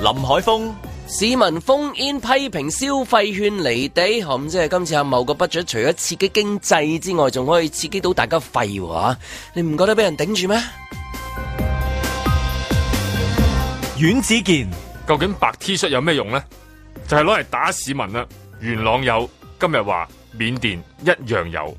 海峰市民封煙批評消費券離地，咁即係今次阿某個 budget 除咗刺激經濟之外，仲可以刺激到大家肺喎嚇你唔覺得俾人頂住咩？阮子健、究竟白 T 恤有咩用呢？就係攞嚟打市民啦。元朗有，今日話緬甸一樣有。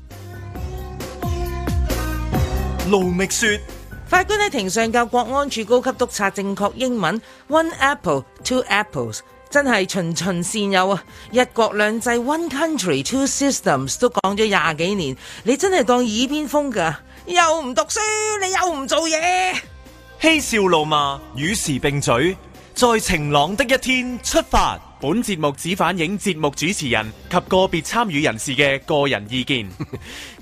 盧覓雪、法官喺庭上教國安處高級督察正確英文，one apple two apples，真係循循善誘啊！一國兩制 one country two systems 都講咗廿幾年，你真係當耳邊風㗎，又唔讀書，你又唔做嘢。嬉笑怒罵，與時並舉，在晴朗的一天出發。本節目只反映節目主持人及個別參與人士嘅個人意見。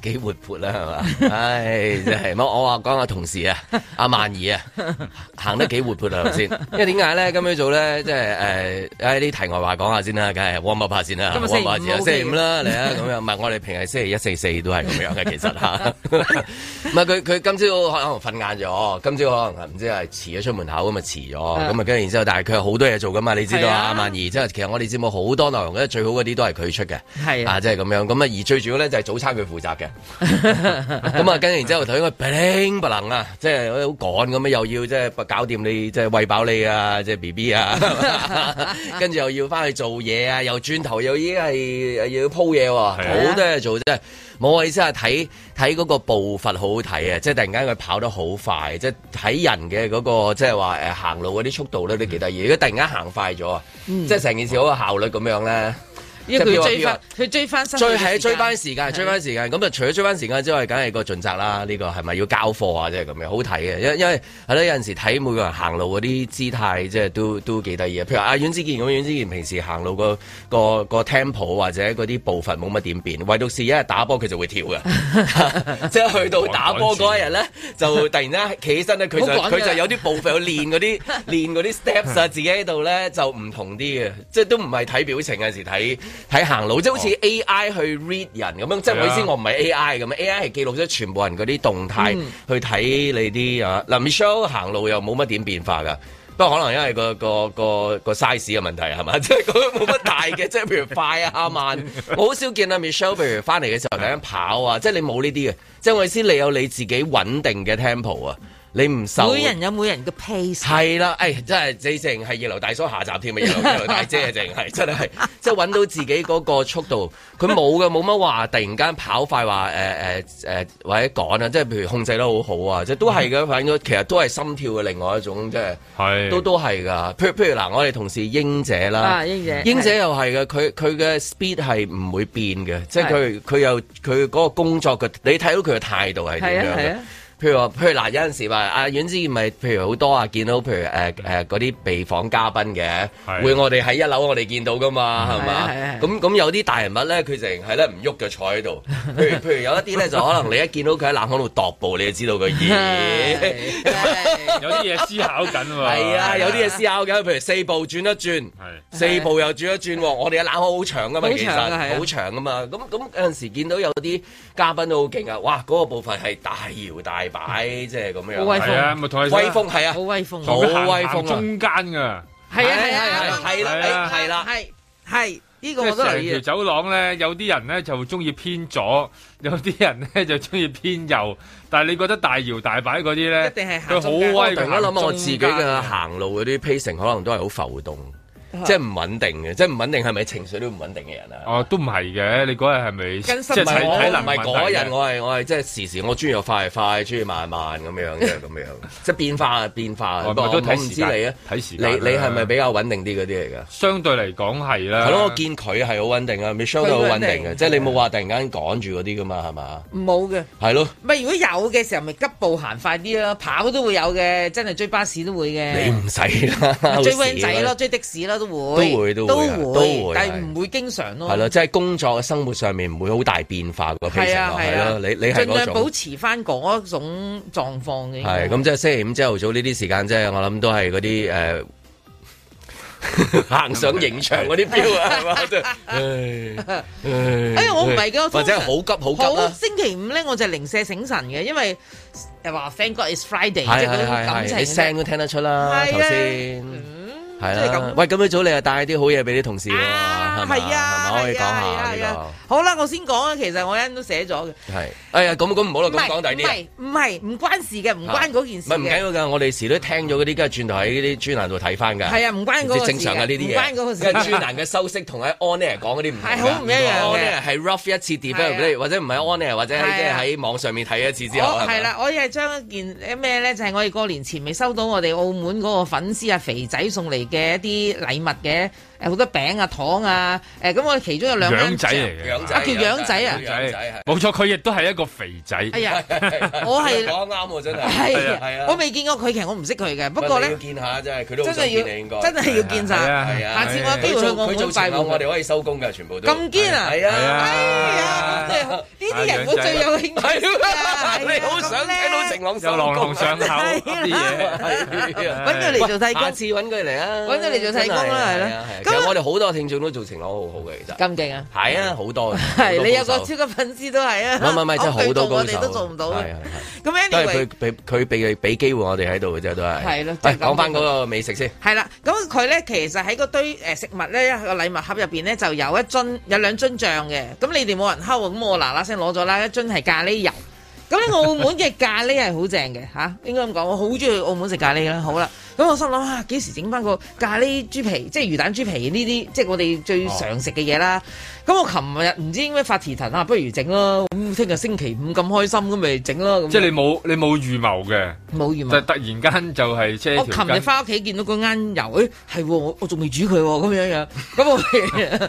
幾活潑啦，係嘛？ 唉，真係，我我話講下同事啊，阿萬兒啊，行得幾活潑啊，頭先。因為點解咧？今朝早咧，即係誒，喺啲題外話講下先啦，梗係 warm up 下先啦今日，warm 星期 up 下先啦，五星期五啦，嚟啊，咁樣。唔係，我哋平日星期一、四、四都係咁樣嘅，其實嚇。唔係佢佢今朝可能瞓晏咗，今朝可能唔知係遲咗出門口咁啊遲咗，咁啊跟住然之後，但係佢有好多嘢做噶嘛，你知道係啊，啊阿萬兒。即係其實我哋節目好多內容咧，最好嗰啲都係佢出嘅。係啊啊，即係咁樣。咁啊，而最主要咧就係早餐佢負責嘅。 咁啊，跟住然之後睇佢乒不能啊，即係好趕咁樣，啊又要即係搞掂你，即係餵飽你啊， 即係 B B 啊，跟住又要翻去做嘢啊，又轉頭又已經係又要鋪嘢喎，啊係好多嘢做真係。冇我意思係睇睇嗰個步伐好好睇啊！即係突然間佢跑得好快，即係睇人嘅嗰、個即係話誒行路嗰啲速度咧都幾嗯得意。如果突然間行快咗啊，即係成件事好有效率咁樣咧。因為即佢係飆追啊飆啊翻，佢追翻身，追係追翻時間，係追翻時間。咁啊，除咗追翻時間之外，梗係個盡責啦。呢個係咪要交貨啊？即係咁樣好睇嘅，因因為係咯，有陣時睇每個人行路嗰啲姿態，即係都都幾得意啊。譬如阿阮之健咁，阮之健平時行路個個個 tempo 或者嗰啲步伐冇乜點變，唯獨是一日打波佢就會跳 嘅， 即係去到打波嗰一日咧，就突然間企起身咧，佢就好趕㗎啊佢就有啲步伐去練嗰啲練嗰啲 steps 啊，自己喺度咧就唔同啲嘅，即係都唔係睇表情，有時睇睇行路，即係好似 AI 去 read 人咁樣，即係我意思係啊我唔係 AI 咁樣，AI 係記錄咗全部人嗰啲動態去睇你啲啊。嗱 Michelle 行路又冇乜點變化㗎。不過可能因為個個個個 size 嘅問題係嘛， 即係佢冇乜大嘅，即係譬如快啊慢，我好少見啊 Michelle 譬如翻嚟嘅時候突然間跑啊，即係你冇呢啲嘅，即係我意思你有你自己穩定嘅 tempo 啊，你唔受每人有每人嘅 pace。係啦，誒、哎真係你淨係二流大叔下集添啊，二流二流大姐啊，淨係真係，即係揾到自己嗰個速度，佢冇嘅，冇乜話突然間跑快話誒誒誒或者趕啊，即係譬如控制得好好啊，即係都係嘅，反正其實都係心跳嘅另外一種，即係係都都係㗎。譬如譬如嗱，我哋同事英姐啦，啊英姐英姐又係嘅，佢佢嘅 speed 係唔會變嘅，即係佢佢又佢嗰個工作嘅，你睇到佢嘅態度係點樣係啊係嘅啊？譬如話，譬如嗱，有陣時話啊阿阮之健咪，譬如好多啊，見到譬如誒誒嗰啲被訪嘉賓嘅，係會我哋喺一樓我哋見到噶嘛，係係啊嘛係啊？係咁咁有啲大人物咧，佢淨係咧唔喐就坐喺度。譬如譬如有一啲咧，就可能你一見到佢喺冷巷度踱步，你就知道佢 咦。係有啲嘢思考緊喎。 係啊，有啲嘢思考嘅，譬如四步轉一轉，係四步又轉一轉喎。我哋嘅冷口好長噶嘛，啊好其長㗎係實啊好長噶嘛。咁咁有陣時見到有啲嘉賓都好勁啊，哇！嗰個部分係大搖大擺，即係咁嗯好威樣。係啊，咪同佢威風係啊好，威風，好同佢行好威風啊行中間㗎。係啊係啊係啦係啊係啦，係係呢即個我係都留成意條啊。走廊咧，有啲人咧就中意偏左， 有啲人咧就中意偏右。但係你覺得大搖大擺嗰啲咧，一定係行佢好中間威，突佢然間行諗中我自己嘅間行路嗰啲 pacing 可能都係好浮動，啊即係唔穩定嘅，即係唔穩定係咪情緒都唔穩定嘅人啊？哦，都唔係嘅，你嗰日係咪跟即心係唔係我體體能唔係嗰問題人，嘅我係我係即係時時我中意又快快，中意慢慢咁樣嘅咁樣，即係變化啊變化啊。哦不過咪我都我睇唔時知間你啊，睇時你間你啦啊係咪比較穩定啲嗰啲嚟㗎？相對嚟講係啦。係咯，我見佢係好穩定啊，Michelle 都好穩定佢穩嘅，定即係你冇話突然間趕住嗰啲㗎嘛，係嘛？冇嘅。係咯，唔係，如果有嘅時候，咪急步行快啲咯，跑都會有嘅，真係追巴士都會你嘅，唔使啦，追好啊事 van 仔啦咯，追的士啦都會，都會都會會係都會但係係唔會經常咯。係咯，即係工作嘅生活上面唔會好大變化個 p a 係 c 啊係係啊咯，，你你係盡嗰量保種。持翻嗰種狀況嘅。係咁，即係星期五朝頭早呢啲時間，即係我諗都係 嗰啲誒行上刑場嗰啲標啊，係嘛？即係唉唉哎我唔係㗎我通常或者係好急好急好啦。星期五咧，我就零舍醒神嘅，因為誒話 Thank God it's Friday，即係係嗰係種係感係，情。你聲都聽得出啦，係啊頭先。 Hãy subscribe cho kênh Ghiền Mì Gõ Để không bỏ lỡ 係即係啦咁。喂，咁樣早你又帶啲好嘢俾啲同事喎，係啊，嘛係啊，係咪可以係講啊下係啊呢好啦，我先講啊，其實我一陣都寫咗嘅。個係。哎呀，咁咁唔好啦，唔係咁講第啲唔啊。係唔係唔關事嘅，唔關嗰件事唔係唔緊嘅。要㗎，我哋時都聽咗嗰啲，跟住轉頭喺呢啲專欄度睇翻㗎。係啊唔關嗰個事嘅正常㗎呢啲嘢。唔關嗰個事因為專欄嘅修飾同喺 on air 講嗰啲唔同㗎係好唔一樣嘅 on air 係 rough 一次 d e v e l 係啊 o 或者唔係 on air，或者喺即係係啊喺網上面睇一次之後。我咪啊係啦，我係將一件咩咧，就係我哋過年前未收到我哋澳門嗰個粉絲啊肥仔送嚟嘅一啲禮物嘅，誒好多餅啊糖啊，誒咁我其中有兩間養仔嚟嘅，養仔啊叫養仔啊養養仔仔係。冇錯，佢亦都係一個肥仔。哎呀，我係講得啱喎，真係係係啊啊，我未見過佢，其實我唔識佢嘅，不過你要咧見下真係，佢都好真想係見你應該要真係要見係晒。啊，係啊下次我有佢機會去做我澳佢做門拜前會後，我哋可以收工㗎，全部都咁堅啊係係啊啊。哎呀，真係好呢啲人我最有興係趣啊！啊你好想聽到晴朗又收朗工朗上口啲嘢。係啊揾佢嚟做替下工。次揾佢嚟啊！搵佢嚟做替工啦係啦係啊其咁啊實我哋好多聽眾都做情侶好好嘅，其實咁勁啊！係啊，好多嘅好係多你有個超高手級粉絲都係啊，唔係唔係唔係，真係好多高手，我哋都做唔到係嘅。係係咁都係 anyway 佢俾佢俾佢俾機會我哋喺度嘅啫，都係。係咯喂即係咁講翻嗰個美食先，係啦，咁佢咧其實喺嗰堆誒食物咧個禮物盒入邊咧就有一樽有兩樽醬嘅，咁你哋冇人睺喎，咁我嗱嗱聲攞咗啦，一樽係咖喱油。咁咧澳門嘅咖喱係好正嘅嚇，應該咁講，我好中意去澳門食咖喱啦。好啦，咁我心諗啊，幾時整翻個咖喱豬皮，即係魚蛋豬皮呢啲，即係我哋最哦常食嘅嘢啦。咁我琴日唔知點解發蹄騰啊，不如整咯。咁聽日星期五咁開心，咁咪整咯。咁即係你冇你冇預謀嘅，冇預謀就。突然間就係車我條琴日筋。翻屋企見到嗰間油，誒係喎，我我仲未煮佢喎，咁樣樣，咁我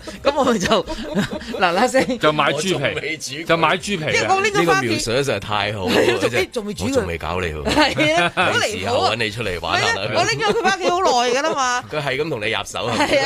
咁我咪就 嗱嗱聲，就買豬我仲未煮皮，佢就買豬皮因為啊我！呢呢個個翻描屋述企得實在 太好啦係啊，仲真係未仲未煮我佢仲未搞你喎，係啊， 好第離時譜候啊揾！你出嚟玩係下啊，我啦。拎咗佢翻屋企好耐㗎啦 嘛，佢係咁同你入手係咪係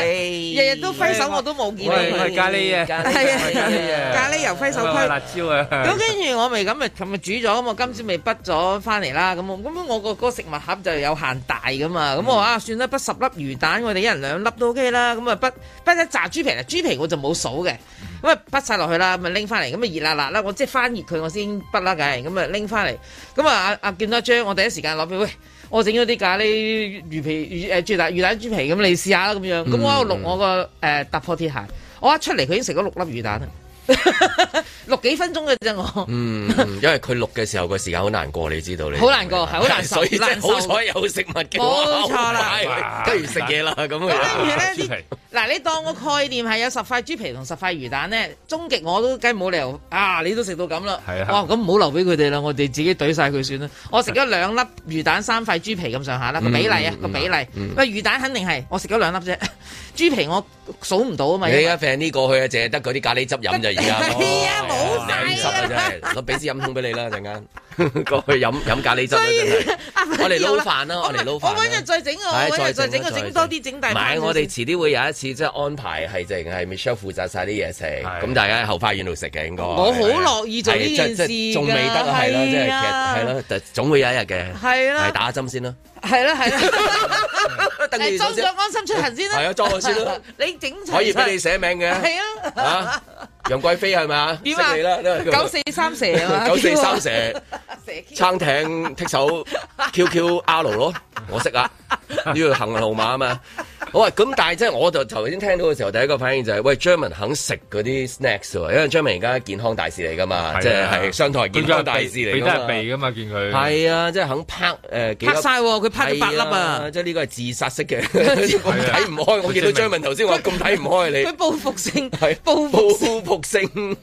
啊，日日都揮手我都冇見到喂喂佢，咖喱啊係啊咖喱啊咖喱油揮手區。辣椒啊！ 咁跟 住我咪咁咪琴日煮咗，咁我今朝咪畢咗翻嚟啦。咁我咁我個嗰個食物盒就有限大噶嘛。咁我話啊，算啦，畢十粒魚蛋，我哋一人兩粒都 OK 啦。咁啊，畢畢一紮豬皮啦，豬皮我就冇數嘅。咁啊，畢晒落去啦，咪拎翻嚟，咁啊熱辣辣啦，我即係翻熱佢，我先畢啦，梗係咁啊拎翻嚟。咁啊啊啊見到阿張，我第一時間攞俾喂。我整咗啲咖喱魚皮魚誒豬蛋魚蛋豬皮咁，你試下啦咁樣。咁我喺度錄我個誒突破鐵鞋，我一出嚟佢已經食咗六粒魚蛋啦，六幾分鐘嘅啫我。嗯，嗯因為佢錄嘅時候個時間好難過，你知道你 好難過係好難受 所以真係難受好彩有食物嘅話，冇錯啦哇不如食嘢啦咁跟住樣。咧 豬皮啲嗱，你當個概念係有十塊豬皮同十塊魚蛋咧，終極我都梗係冇理由啊！你都食到咁啦，係啊哇！咁唔好留俾佢哋啦，我哋自己懟晒佢 算啦。我食咗兩粒魚蛋三塊豬皮咁上下啦，個比例啊嗯個比例嗯，喂魚蛋肯定係我食咗兩粒啫，豬皮我數唔到啊嘛。因為你而家 f 呢過去啊，淨係得嗰啲咖喱汁飲就 而家。係啊冇晒飲汁啊㗎 真啦係，攞俾支飲筒俾你啦陣間， 過去飲飲咖喱汁啦真係。 啊我哋要撈飯啦我我哋撈飯啦 我揾日再整啊，係我揾日再整啦啊，整多啲整大唔翻佢係，我哋先。遲啲會有一次即係安排係淨係 Michelle 負責晒啲嘢食，係咁大家喺後花園度食嘅應該。我好樂意做呢係件即事即㗎，仲未得係啦，即係其啊實係啦，但總會有一日嘅。係啦係打針 先啦。係啦係 啦，等誒住裝先咗，安心出行先啦，係啊裝咗先啦， 你整齊可以晒俾你寫名嘅。 係啊，啊，楊貴妃係咪啊？點啊識你啦，九四三蛇啊嘛， 九 四三蛇。蛇 Q 撐艇剔手 QQR 咯，我識 啊，呢個行運號碼啊嘛。好啊，咁但係即係我就頭先聽到嘅時候，第一個反應就係、喂 Jerman 肯食嗰啲 snacks 喎，因為 Jerman 而家健康大使嚟噶嘛，即啊係係商台健康大使嚟佢真噶係避嘛。噶嘛，見佢係啊，即係肯拍誒幾粒拍晒喎，佢拍咗八粒係啊，即係呢個係自殺式嘅， 我睇唔開。我見到 Jerman 頭先我咁睇唔佢開你，報復性，係啊報復性，報復性。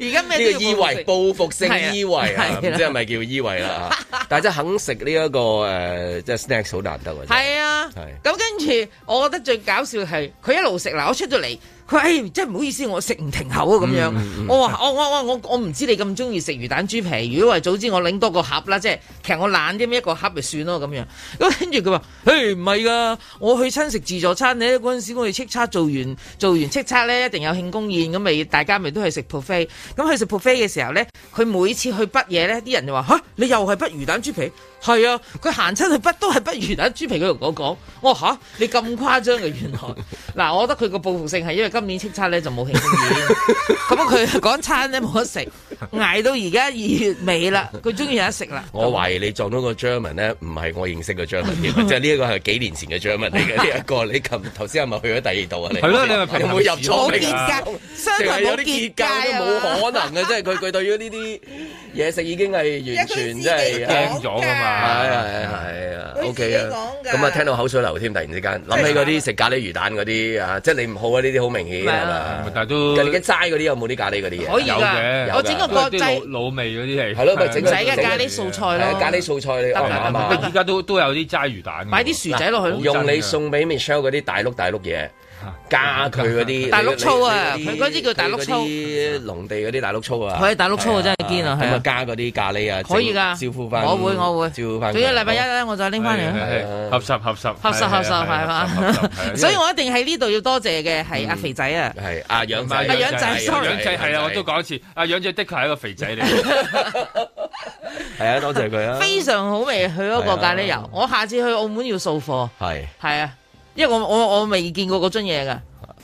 而家咩呢都要個依報復維性報復係啊性依維啊，唔係啦知係咪叫依維啦？ 但係真係肯食呢一個誒，即係 snacks 好難得啊！真係係啊，係咁跟住，我覺得最搞笑係佢一路食嗱，我出到嚟，佢誒真係唔好意思，我食唔停口啊咁樣。我話我我我我我唔知你咁中意食魚蛋豬皮，如果話早知我拎多個盒啦，即係其實我懶啲，咪一個盒咪算咯咁樣。咁跟住佢話：，誒唔係㗎，我去親食自助餐咧，嗰陣時我哋叱咤做完做完叱咤咧，一定有慶功宴，咁咪大家咪都去食 buffet。咁去食 buffet 嘅時候咧，佢每次去北嘢咧，啲人就話：吓，你又係北魚蛋豬皮？ 係啊，佢行親去北都係北魚蛋豬皮嗰度講講。我話吓，你咁誇張嘅原來。嗱，我覺得佢個報復性係因為今年叱咤咧就冇慶功宴，咁佢嗰餐咧冇得食。捱到而家二月尾啦，佢終於有得食啦。我懷疑你撞到個 German 咧，唔係我認識嘅 German 添， 即係呢一個係幾年前嘅 German 嚟嘅呢一個。你琴頭先係咪去咗第二度啊？你係咯你係咪平有冇冇入錯結名啊？界，商淨台係有冇啲結結界界啊都冇可能嘅，即係佢佢對於呢啲嘢食已經係完全即係係驚咗㗎嘛係係係啊佢自己，OK 啊講，㗎咁啊聽到口水流添，突然之間諗起嗰啲食咖喱魚蛋嗰啲啊，即係你唔好啊，呢啲好明顯係啊係嘛？但係都但係你嘅齋嗰啲有冇啲咖喱嗰啲嘢？啊可以有嘅㗎，有我整個都國係啲際老老味嗰啲嚟，係咯咪整唔個使嘅咖喱素菜係咯，啊咖喱素菜你得啱唔得啱得得啊？依家都都有啲齋魚蛋嘅，買啲薯仔落去咯。用你送俾 Michelle 嗰啲大碌大碌嘢，加佢嗰 啲大碌粗啊你佢嗰啲叫大碌粗佢嗰啲農地嗰啲大碌粗啊，佢係大碌粗啊真係堅啊係啊咁啊加嗰啲咖喱啊，可以㗎整招呼翻，我會我會招呼總翻。之禮拜一咧，我再拎翻嚟係啦。係係合十合十合合實合實係嘛，所以我一定喺呢度要多謝嘅係阿嗯肥仔啊，係啊，養仔，唔係養仔，sorry 養仔係啊，我都講一次，阿養仔的確係一個肥仔 嚟嘅， 係啊，多謝佢嗯啊，非常好味佢嗰個咖喱係油啊。我下次去澳門要掃貨，係係啊，因為我我我未見過嗰樽嘢㗎，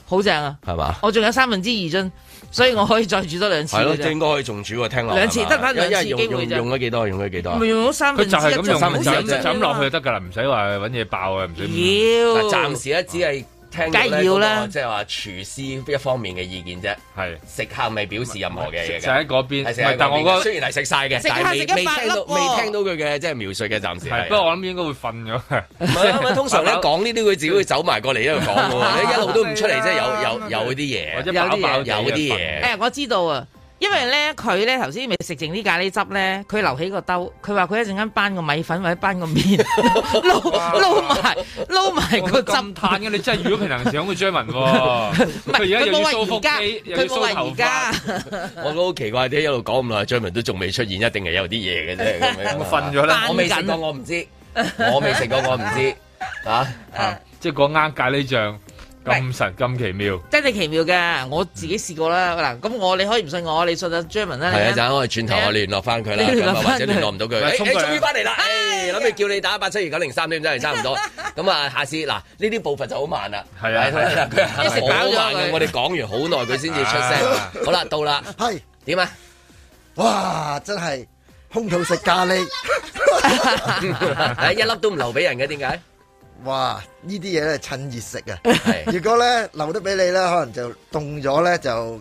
好正啊！係嘛。我仲有三分之二樽，所以我可以再煮多兩次係咯，嘅即係啫。應該可以仲煮喎，聽落兩次係嘛得返兩次因為機用會啫用用咗幾多？用咗幾多？啊咪用咗三佢分之就一係咁用，樽，好啊三分就之一少咁就啫咁落去就得㗎啦，唔使話揾嘢爆啊，唔使。妖嗱，，暫時咧只係聽梗係要啦啦，即係話廚師一方面嘅意見啫，係食客未表示任何嘅嘢就嘅。喺嗰邊，係唔食喺係嗰邊但我覺嘅得雖然係食晒嘅，食但下係食未一未百聽到粒未喎聽到佢嘅即係描述嘅，暫係，時係。不過我諗應該會瞓 咗。唔係因為啊通常咧講呢啲，佢自己會走埋過嚟喺度講嘅喎，你一路都唔出嚟，即係有有有或啲者嘢。有啲飽飽嘢有啲嘢 誒，我知道啊，因為咧佢咧頭先咪食剩啲咖喱汁咧，佢留起個兜，佢話佢一陣間班個米粉或者班 個麵撈撈埋撈埋個個汁，咁嘆嘅，你真係如果平衡時咁嘅張文 喎，唔佢而係家佢又冇要話掃而腹家，肌，又要佢冇掃話頭而髮，家，我都好奇怪啲一路講咁耐，張文都仲未出現，一定係有啲嘢嘅啫。咁樣我啊瞓咗啦我未食過，我唔知，我未食過，我唔知啊。啊即係嗰啱咖喱醬咁神咁奇妙，真係奇妙嘅，我自己試過啦。嗱，咁我你可以唔信我，你信阿 Jerman 啦，係啊，你啦陣我哋轉頭我聯絡翻佢啦，你咁聯絡啊返佢或者聯絡唔到佢，誒咪衝佢啊終於翻嚟啦，誒諗住叫你啊打八七二九零三添，真係差唔多。咁啊，下次嗱呢啲步伐就好慢啦，係啊係啦佢一食飽咗佢好慢嘅我哋講完好耐佢先至出啊聲。好啦，到啦，係，點 啊？哇！真係空肚食咖喱，哎一粒都唔留俾人嘅，點解？哇！呢啲嘢咧趁熱食啊！係如果咧留得俾你咧，可能就凍咗咧就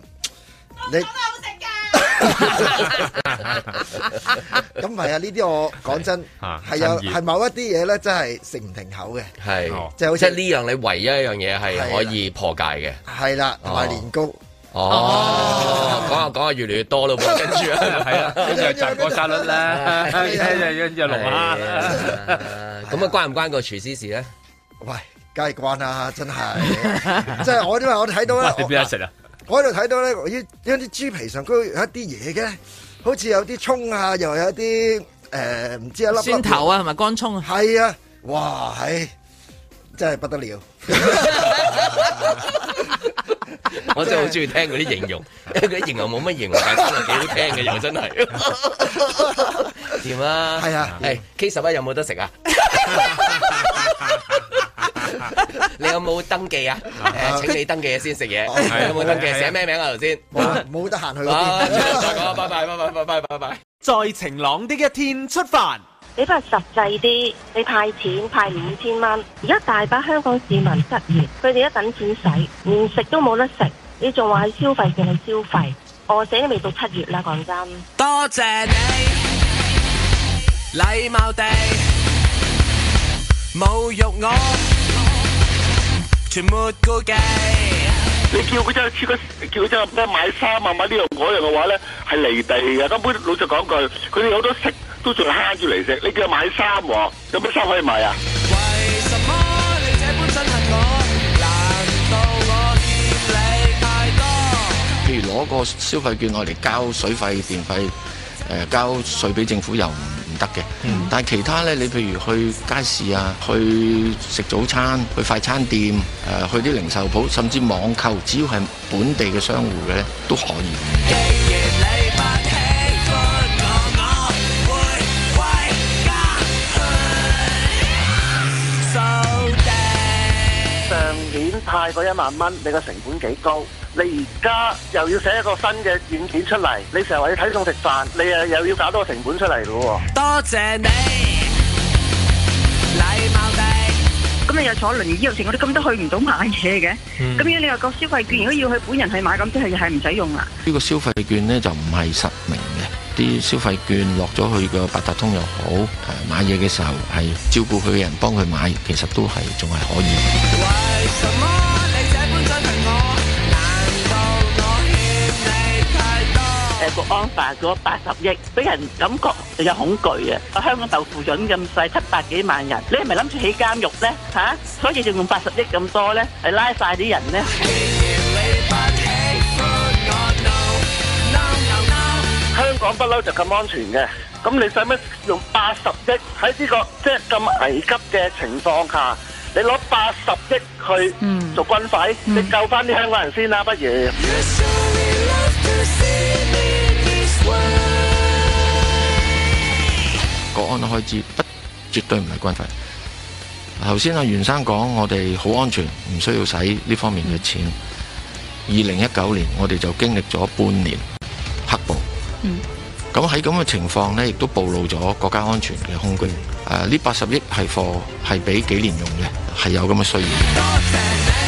你 咁唔係啊！呢啲我講真啊係有趁熱係某一啲嘢咧，真係食唔停口嘅，係哦，就好即係似呢樣你唯一一樣嘢係啊可以破戒嘅。哦係啦，同埋年糕。哦，講下講下越嚟越多咯喎，跟住啊，係啦，跟住又摘果沙律啦，跟住又龍蝦啦。咁啊，關唔關個廚師事咧？喂，梗係慣啦，真 係，即係我因為我睇到哇！你邊咧有，食啊？我我喺度睇到咧，我依因為啲豬皮上高有一啲嘢嘅，好似有啲葱啊，又有啲誒唔知一粒粒蒜頭啊，同埋乾葱啊，係啊，哇，係真係不得了， 我真係好中意聽 嗰啲形容，因為佢啲形容冇乜形容，但係真係幾好聽嘅，又 真係。掂啊！係啊係 K 十一有冇得食啊？ 你有冇登記啊？誒，請你登記先食嘢。係有冇登記？寫咩名 啊？頭先。冇冇得閒去 啊嗰邊。再講啊！拜拜拜拜拜拜拜拜。 在晴朗的一天出發。你不如實際啲，你派錢派五千蚊，而家大把香港市民失業，佢哋一等錢使，連食都冇得食，你仲話去消費券去消費，餓死都未到七月啦，講真。多謝你，禮貌地侮辱我，全沒顧忌。你叫佢真係超級，叫佢真係咩買衫啊買呢樣嗰樣嘅話咧，係離地嘅。根本老實講句，佢哋好多食都仲慳住嚟食。你叫佢買衫喎，有咩衫可以買啊？為什麼你這般憎恨我？難道我欠你太多？譬如攞個消費券我嚟交水費、電費，誒、交稅俾政府又唔唔得嘅。但係其他咧，你譬如去街市啊，去食早餐，去快餐店，誒、去啲零售鋪，甚至網購，只要係本地嘅商戶嘅咧，都可以。既然你不喜歡我，我會歸家去。So 上件派嗰一萬蚊，你個成本幾高？你而家又要寫一個新嘅軟件出嚟，你成日話要睇餸食飯，你又又要搞多個成本出嚟咯喎。多謝你，禮貌地。咁你又坐輪椅又成，我哋咁都去唔到買嘢嘅。咁、嗯樣你話個消費券如果要佢本人去買，咁即係係唔使用啦。呢個消費券呢，就唔係實名嘅，啲消費券落咗去個八達通又好，誒買嘢嘅時候係照顧佢嘅人幫佢買，其實都係仲係可以。為什麼你這般憎恨我？難道我欠你太多？誒國安法嗰八十億，俾人感覺有恐 à. 懼啊！香港豆腐潤咁細，七百幾萬人，你係咪諗住起監獄咧？嚇、所以就用八十億咁多咧，係拉晒啲人咧。香港不嬲就咁安全嘅，咁你使乜用八十億喺呢個即係咁危急嘅情況下，你攞八十億去做軍費，你救翻啲香港人先啦，不如。國安開支不絕對唔係軍費。頭先阿袁生講，我哋好安全，唔需要使呢方面嘅錢。二零一九年我哋就經歷咗半年黑暴，咁喺咁嘅情況呢，亦都暴露咗國家安全嘅空間。誒呢八十億係貨係俾幾年用嘅，係有咁嘅需要。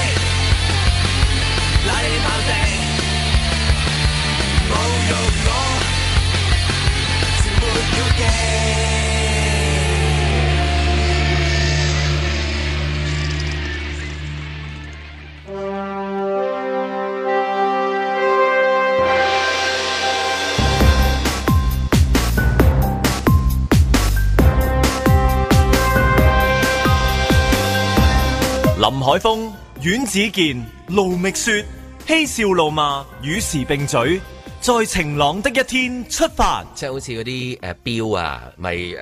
林海峰、阮子健、卢觅雪，嬉笑怒骂，与时并举，在晴朗的一天出发。即係好似嗰啲誒錶啊，咪誒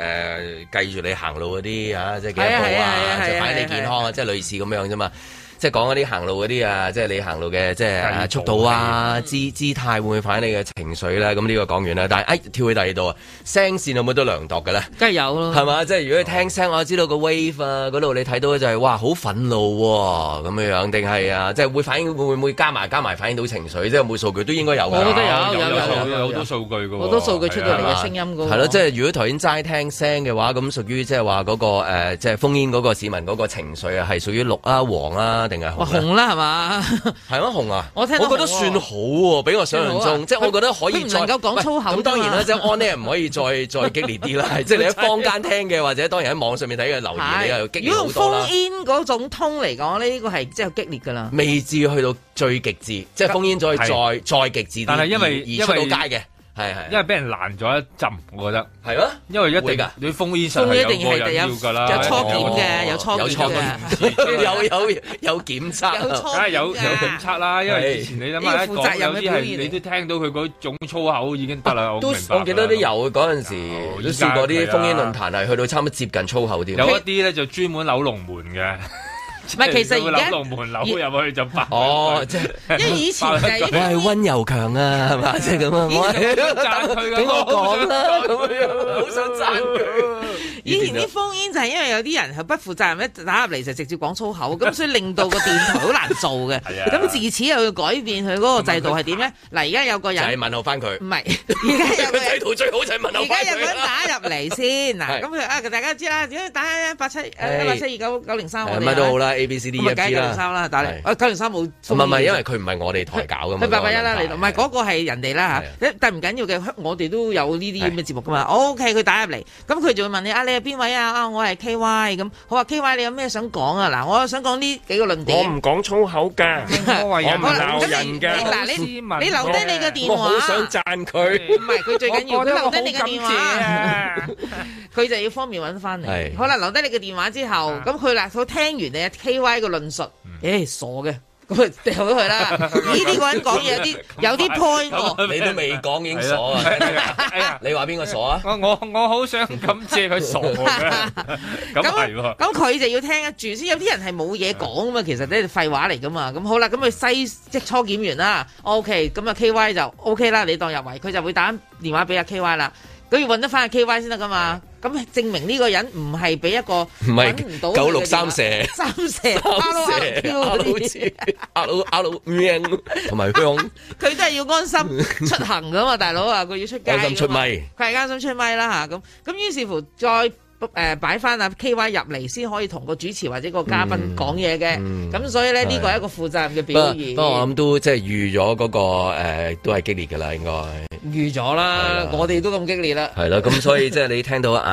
計住你行路嗰啲啊，即係幾多係啊步係啊啊係啊，就係啊擺你健康啊，即係類似咁樣啫嘛。即係講嗰啲行路嗰啲啊，即係你行路嘅即係啊速度啊、姿姿態會唔會反映你嘅情緒啦？咁呢個講完啦，但係誒跳去第二度啊，聲線有冇得量度嘅咧？ 梗係有咯，係嘛？即係如果你聽聲，我知道個 wave 啊，嗰度你睇到就係哇，好憤怒喎咁樣樣，定係啊，即係會反映會唔會加埋加埋反映到情緒？即係有冇數據都應該有㗎。我覺得有有有有有有好多數據㗎喎好多數據出到嚟嘅聲音㗎喎係咯，即係如果頭先齋聽聲嘅話，咁屬於即係話嗰個誒，即係封煙嗰個市民嗰個情緒啊，係屬於綠啊、黃啊，定係哇紅咧？紅 啦係嘛？係嗎？紅啊！我聽到我覺紅得喎算好喎，比我想象算好中，啊即係我覺得可以佢唔再。能夠講粗口喂咁當然㗎啦，嘛即係 on air 唔可以再 再激烈啲啦， 係即係你喺坊間聽嘅，或者當然喺網上面睇嘅留言，你又激係，烈如果好用多啦 phone。in 嗰種通嚟講呢個係即係激烈㗎啦。未至於去到最極致，即係封煙再再係再極致啲，但係因為而而出到街嘅。係係，因為俾人攔咗一陣，我覺得係咩？因為一會定㗎你封煙上封煙係一有定個係人要有㗎啦，有初檢嘅有初有檢有 有有檢測，梗係有有檢測啦，因為之前你諗下一係呢個負責講任有嘅啲表係現嚟你都聽到佢嗰種粗口已經得啦，我都明白啦。我記得都有嗰陣時，都試過啲封煙論壇係去到差唔多接近粗口啲。啊有一啊啲咧就專門扭龍門嘅。唔係其 實而家扭龍門扭入去就爆。哦，即係因為以前就係 我係温柔強啊，係嘛，即係咁啊，我係俾我講啦，咁樣好想讚佢。以前啲封煙就係因為有啲人係不負責任，一打入嚟就直接講粗口， 咁所以令到個電台好難做嘅。啊咁自此又要改變佢嗰個制度係 點咧？嗱，而家有個就係人問候翻佢唔，係而家有個人佢睇圖最 好就係問候而翻家有個佢人啦。打入嚟先嗱，係咁佢啊，大家知啦，如果打一八七誒啊唉一八七二九九零三，我哋啊乜都好啦，A B C D 咁咪 E 梗係 F G 九啦零，三啦，打嚟係，啊九零三冇唔封係煙，唔係，因為佢唔係我哋台搞噶嘛，佢八八一啦嗰個嚟問題到，唔係嗰個係人哋啦嚇，咁但係唔緊要嘅，我哋都有呢啲咁嘅節目噶嘛。O K，佢打入嚟，咁佢就會問你啊，你係邊位啊？啊，我係 K Y 咁，好啊，K Y 你有咩想講啊？嗱，我想講呢幾個論點。我唔講粗口㗎，我為人好啦鬧咁你人㗎你嗱，你你留低你嘅電話。我好想讚佢。唔係佢最緊要，我佢覺得留低你嘅電我好感謝話，佢就要方便揾翻你。係好啦，留低你嘅電話之後，咁佢嗱，佢聽完你 K Y 嘅論述，誒傻嘅，咁啊掉咗佢 啦。咦？呢個人講嘢有啲有啲 point 喎。你都未講已經傻啊！你話邊個傻啊？我我我好想感謝佢傻 嘅，咁啊係喎。咁佢就要聽得住先，有啲人係冇嘢講啊噶嘛，其實都係廢話嚟噶嘛。咁好啦，咁佢西即初檢完啦，OK，咁啊 K Y 就 OK 啦，你當入圍，佢就會打電話俾阿 K Y 啦。咁要揾得翻阿 K Y 先得噶嘛。咁證明呢個人唔係俾一個唔係揾唔到九六三蛇三蛇蛇 hello 阿佬阿佬喵同埋香佢都係要安心出行噶嘛，大佬啊，佢要出街㗎嘛，安心出咪佢係安心出咪啦吓，咁咁於是乎再。誒擺翻啊 K Y 入嚟先可以同個主持或者個嘉賓講嘢嘅，咁、嗯所以咧呢個係係一個負責任嘅不過表現不。過我諗都即係預咗嗰個誒都係激烈㗎啦，應該。預咗啦，我哋都咁激烈啦。係啦，咁所以即係你聽到阿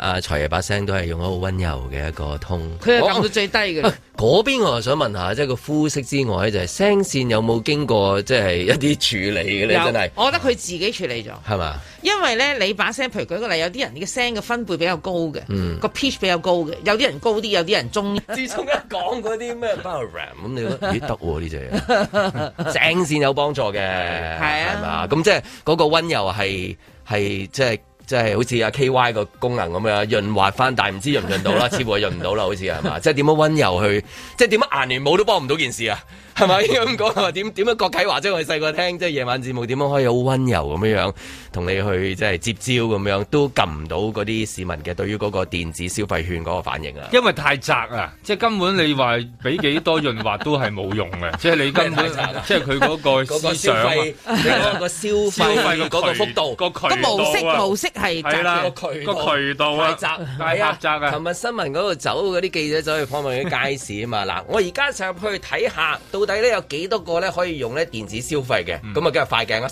阿財爺把聲都係用一個好温柔嘅一個通。佢係我撳到最低嘅。 嗰邊我又想問下，即係個膚色之外咧，就係聲線有冇經過即係一啲處理嘅咧？有真係我覺得佢自己處理咗，係嘛？因為咧你把聲，譬如舉個例，有啲人嘅聲嘅分貝比較高嘅，嗯個 pitch 比較高嘅，有啲人高啲，有啲人中。自從一講嗰啲咩 Ram 咁你覺得咦得喎呢隻嘢，聲線有幫助嘅，係啊嘛？咁即係嗰個温柔係係即係。即係好似阿 K Y 個功能咁樣潤滑翻，但係唔知潤唔潤到啦，似乎係潤唔到啦，好似係嘛？即係點樣温柔去，即係點樣顏聯舞都幫唔到件事啊？係咪應該咁講？話點點樣郭啟華即係我哋細個聽，即係夜晚節目點樣可以好温柔咁樣樣同你去即係接招咁樣，都撳唔到嗰啲市民嘅對於嗰個電子消費券嗰個反應啊！因為太窄啊，即係根本你話俾幾多潤滑都係冇用 嘅，即係你根本咩太窄啊即係佢嗰個 嗰思個消想啊費，你嗰個消消費費嘅嗰個渠幅度、個渠道啊個模式模式係窄嘅係啦個渠道個渠道啊太窄，太係啊狹窄啊琴日新聞嗰度走嗰啲記者走去訪問啲街市啊嘛，嗱，我而家上去睇下，到底咧有幾多個咧可以用咧電子消費嘅，咁啊， 梗係快鏡啦。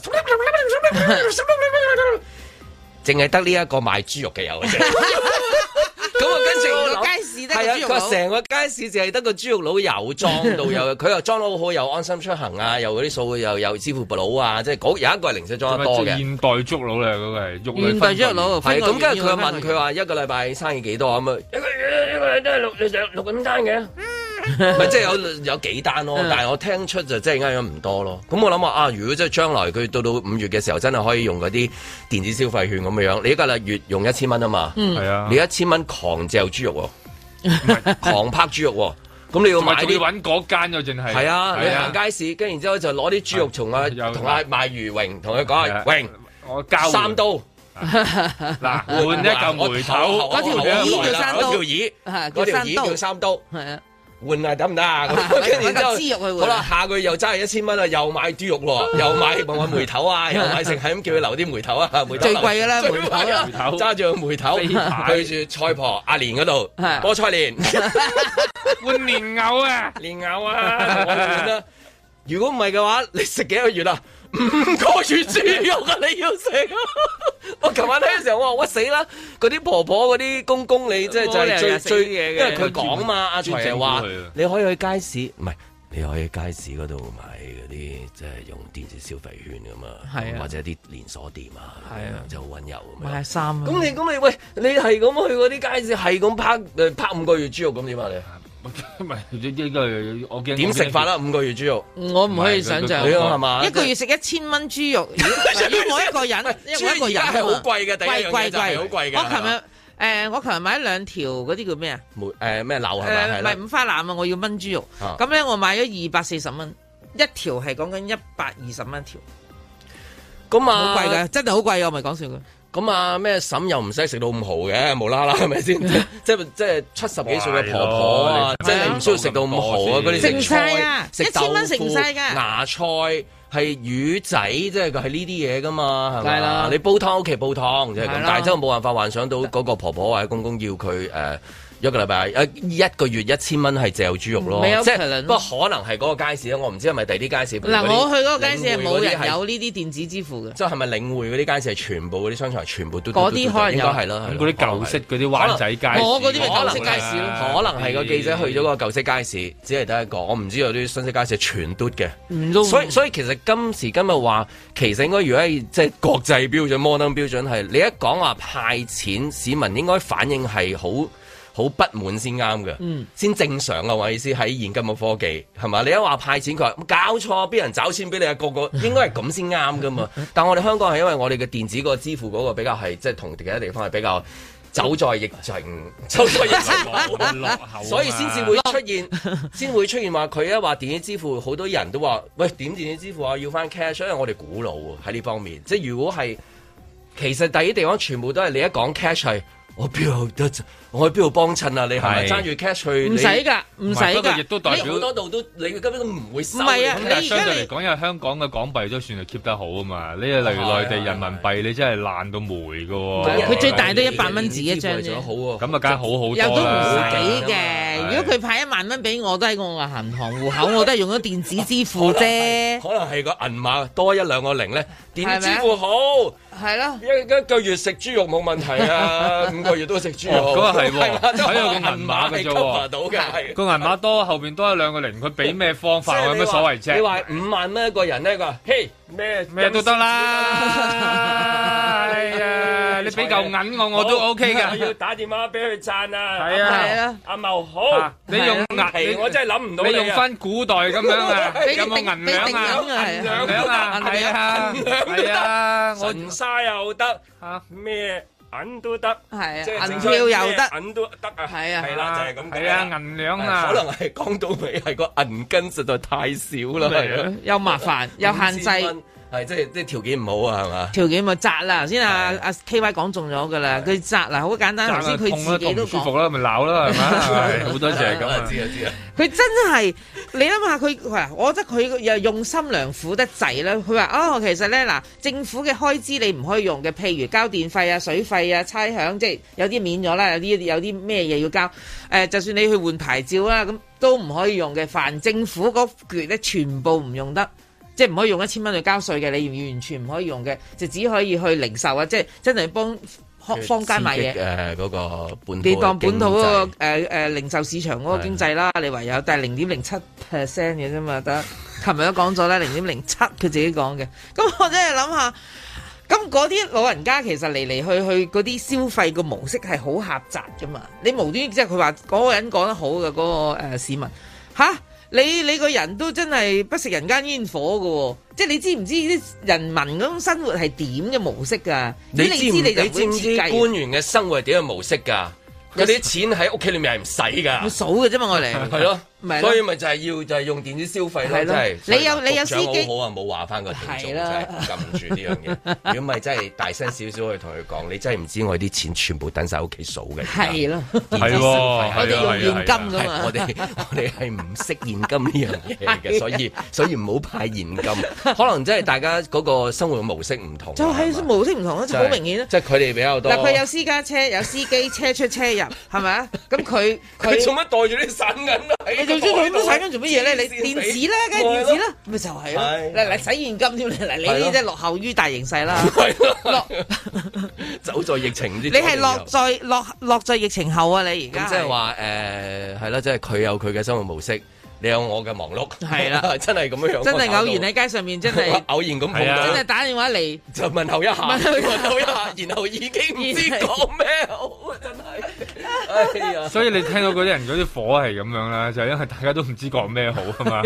淨係得呢一個賣豬肉嘅有嘅啫。咁啊，跟住我成個諗街市得個係啊豬肉佢佬話成個街市淨係得個豬肉佬又裝到又，佢又裝得好好，又安心出行啊，又嗰啲數又又支付寶佬啊，即係嗰有一個係零食裝得多即係嘅。啊現代捉佬嚟嗰個係肉類分類現代豬肉佬係咁跟住佢又問佢話一個禮拜生意幾多啊咁啊？一個一個都係六六六咁單嘅。咪即係有有幾單咯，但係我聽出就真係啱咗唔多咯。咁我諗話啊，如果即係將來佢到到五月嘅時候，真係可以用嗰啲電子消費券咁樣樣，你一個月用一千蚊啊嘛，嗯係啊你一千蚊狂嚼豬肉喎，狂拍豬肉喎，咁你要同買埋仲啲要揾嗰間又淨係係啊，你係行街市，跟然之後就攞啲豬肉從啊同啊賣魚榮同佢講啊，榮我交換三刀。 嗱換 一嚿梅頭嗰嗰條魚叫三刀嗰條魚，啊係嗰叫條三刀魚叫三刀，係啊。換啊得唔 得啊？啊咁跟住揾之嚿豬肉去換後，好啦，下個月又揸一千蚊啦，又買豬肉喎，又買買梅頭 啊，又買成係咁叫佢留啲梅頭啊， 梅頭最貴㗎啦最梅頭啦貴啊 揸住個梅頭飛牌對住菜婆阿蓮嗰度，係菠菜蓮換蓮藕 啊，蓮藕啊，我換 啦。如果唔係嘅話，你食幾個月啊？ 五個月豬肉啊！你要食啊！ 我琴晚聽嘅時候，我話我死啦！嗰啲婆婆、嗰啲公公，你即係就係最最，因為佢講嘛，阿財係話你可以去街市，唔係你可以喺街市嗰度買嗰啲即係用電子消費券噶嘛，係啊或者啲連鎖店啊，係啊就好温柔咁樣。買衫啊咁你咁你喂，你係咁去嗰啲街市，係咁拍誒拍五個月豬肉咁點啊你？唔係呢個我驚點食法啊啦？五個月豬肉，我唔可以想象，你啊係嘛？一個月食一千蚊豬肉，如 果如果我一個人，因為我一個人啊嘛豬肉而家係好貴嘅第一樣嘢貴就係好貴嘅我琴日。誒，我琴日買咗兩條嗰啲叫咩啊？梅誒咩柳係咪？誒，係唔啦係五花腩啊！我要炆豬肉，啊咁咧我買咗二百四十蚊，一條係講緊一百二十蚊一條，咁啊，好貴㗎，真係好貴，我咪講笑佢。咁啊，咩嬸又唔使食到咁豪嘅，無 啦啦係咪先？即即即係七十幾歲嘅婆婆啊，即係你唔需要食到咁豪啊！嗰啲食唔晒菜啊、食一千蚊食唔晒㗎芽菜係魚仔，即係佢係呢啲嘢㗎嘛，係梗係啦咪？你煲湯屋企煲湯即係係咁啦，但係真係冇辦法幻想到嗰個婆婆或者公公要佢誒。一個禮拜一一個月一千蚊係嚼豬肉咯未有，即可能係不過可能係嗰個街市啊，我唔知係咪第啲街市。譬如嗱，嗰啲我去嗰個街市係領冇匯嗰啲人係有呢啲電子支付嘅。即係咪領匯嗰啲街市係全部嗰啲商場係全部都嗰啲可能有應該係啦，咁嗰啲舊式嗰啲灣仔街市我我嗰嗰啲啲咪咪舊舊式式街街市市咯，咯可能係個記者去咗個舊式街市，只係得一個，我唔知有啲新式街市係全嘟嘅唔都，所以所以其實今時今日話，其實應該如果係即係國際標準 modern 標準係，你一講話派錢，市民應該反應係好。好不滿先啱嘅，嗯先正常啊！我意思喺現今嘅科技係嘛？你一話派錢，佢話搞錯，邊人找錢俾你啊？個 個應該係咁先啱噶嘛。但我哋香港係因為我哋嘅電子嗰個支付嗰個比較係即係同其他地方係比較走在疫情，走在疫情落啊後，所以先至會出現， 先會出現話佢一話電子支付，好多人都啊話喂點電子支付啊，要翻 cash，因為我哋古老喎喺呢方面，即係如果係。其實第啲地方全部都係你一講 cash 係，我邊度得，我去邊度幫襯啊？你係咪係爭住 cash 去？唔使㗎唔你啊使㗎不過亦都代表好多度都你根本都唔會收。唔係啊咁你但係你相對嚟講，因為香港嘅港幣都算係 keep 得好啊嘛。你例如內地人民幣，你真係爛到霉嘅喎。佢最大都一百蚊紙一張啫。咁啊，梗係好好又都多唔啦。使嘅，如果佢派一萬蚊俾我，都喺我嘅銀行戶口，我都係用咗電子支付 啫。可哦能係個銀碼多一兩個零咧，電係子咪支付好。係咯，一一個月食豬肉冇問題 啊，五個月都食豬肉。哦咁啊係 喎啦都睇有個銀銀碼嘅啫喎係 cover 到嘅係。個銀碼多，後邊多一兩個零，佢俾咩方法即係有你乜話所謂啫？你話五萬蚊一個人咧，佢話：嘿，咩咩都 得啦。哎呀，你俾嚿銀我我都好 OK 我要㗎。打電話俾佢讚啊！係 À, 啊係啊，阿茂好啊，你用銀唔奇你我真係諗唔到你啊用翻古代咁樣 ？啊俾有冇銀定兩啊？俾定銀啊銀兩啊，銀係啊， 銀兩都得係啊，我神沙又得，咩銀都得，係啊即係銀整票又張咩得銀都得啊，係啊係啦，就係咁解係啊，銀兩啊，可能係講到尾係個銀根實在太少啦，係啊又麻煩又限制5000蚊係即係即係條件唔好啊，係嘛？條件咪窄啦，頭先啊阿 K Y 講中咗㗎啦，佢窄啦，好簡單。頭先佢痛自啦，己痛都唔舒講服。啦，咪鬧 啦，係咪？係好 多謝係咁啊啊，知啊知啊。佢真係你諗下佢嗱，我覺得佢又用心良苦得滯啦。佢話哦，其實咧嗱，政府嘅開支你唔可以用嘅，譬如交電費啊、水費啊、差餉，即係有啲免咗啦，有啲有啲咩嘢要交。誒、就算你去換牌照啦，咁都唔可以用嘅。凡政府嗰橛咧，全部唔用得。即係唔可以用一千蚊去交税嘅，你完全唔可以用嘅，就只可以去零售啊！即係真係幫坊坊間買嘢。誒嗰個本土你當本土嗰個嘅誒誒零售市場嗰個經濟啦，你唯有但係零點零七 percent 嘅啫嘛， 得。琴日都講咗啦，零點零七佢自己講嘅。咁我真係諗下，咁嗰啲老人家其實嚟嚟去去嗰啲消費個模式係好狹窄噶嘛。你無端即係佢話嗰個人講得好嘅嗰、個、呃、市民吓，你你個人都真係不食人間煙火嘅喎、即係你知唔知啲人民嗰種生活係點嘅模式㗎？經濟。如你知果唔你就你知會唔知設計啊官員嘅生活係點嘅模式㗎？佢哋啲錢喺屋企裏面係唔使㗎。我數嘅啫嘛，我嚟 係咯咪，咯所以咪就係要就係用電子消費係咯，真咯係。你有你有局長司機好好啊，冇話翻個聽眾，係真係啦撳住呢樣嘢。如果唔係真係大聲少少去同佢講，你真係唔知我啲錢全部等晒屋企數嘅。係啊咯，係喎我哋用係啊現金㗎嘛我哋 我哋係唔識現金呢樣嘢係嘅，啊所以所以唔好派 現金。可能真係大家嗰個生活模式唔同啊，就係模式唔同咯，就好真係明顯咯。即係佢哋比較多。嗱，佢有私家車，有司機車出車入，係咪 啊？咁佢佢做佢，乜袋住啲散銀啊？喺你總之佢都使緊做乜嘢咧？黐線你電死子啦，梗係我係電咯子啦，咪就係咯。係嗱嗱，使現金添，嗱你係呢咯啲真係落後於大形勢啦。 走在疫情之你中係落在落落在疫情後啊！你而家咁即係話誒係啦，即係佢有佢嘅生活模式，你有我嘅忙碌，係啦 真係咁樣樣，真係偶然喺街上面，真係 偶然咁碰真係到，打電話嚟。就 問候一下，問候一下問候一下，然後已經唔知講咩 好，真係，哎呀，所以你聽到嗰啲人嗰啲火係咁樣啦，就係因為大家都唔知講咩好啊 嘛，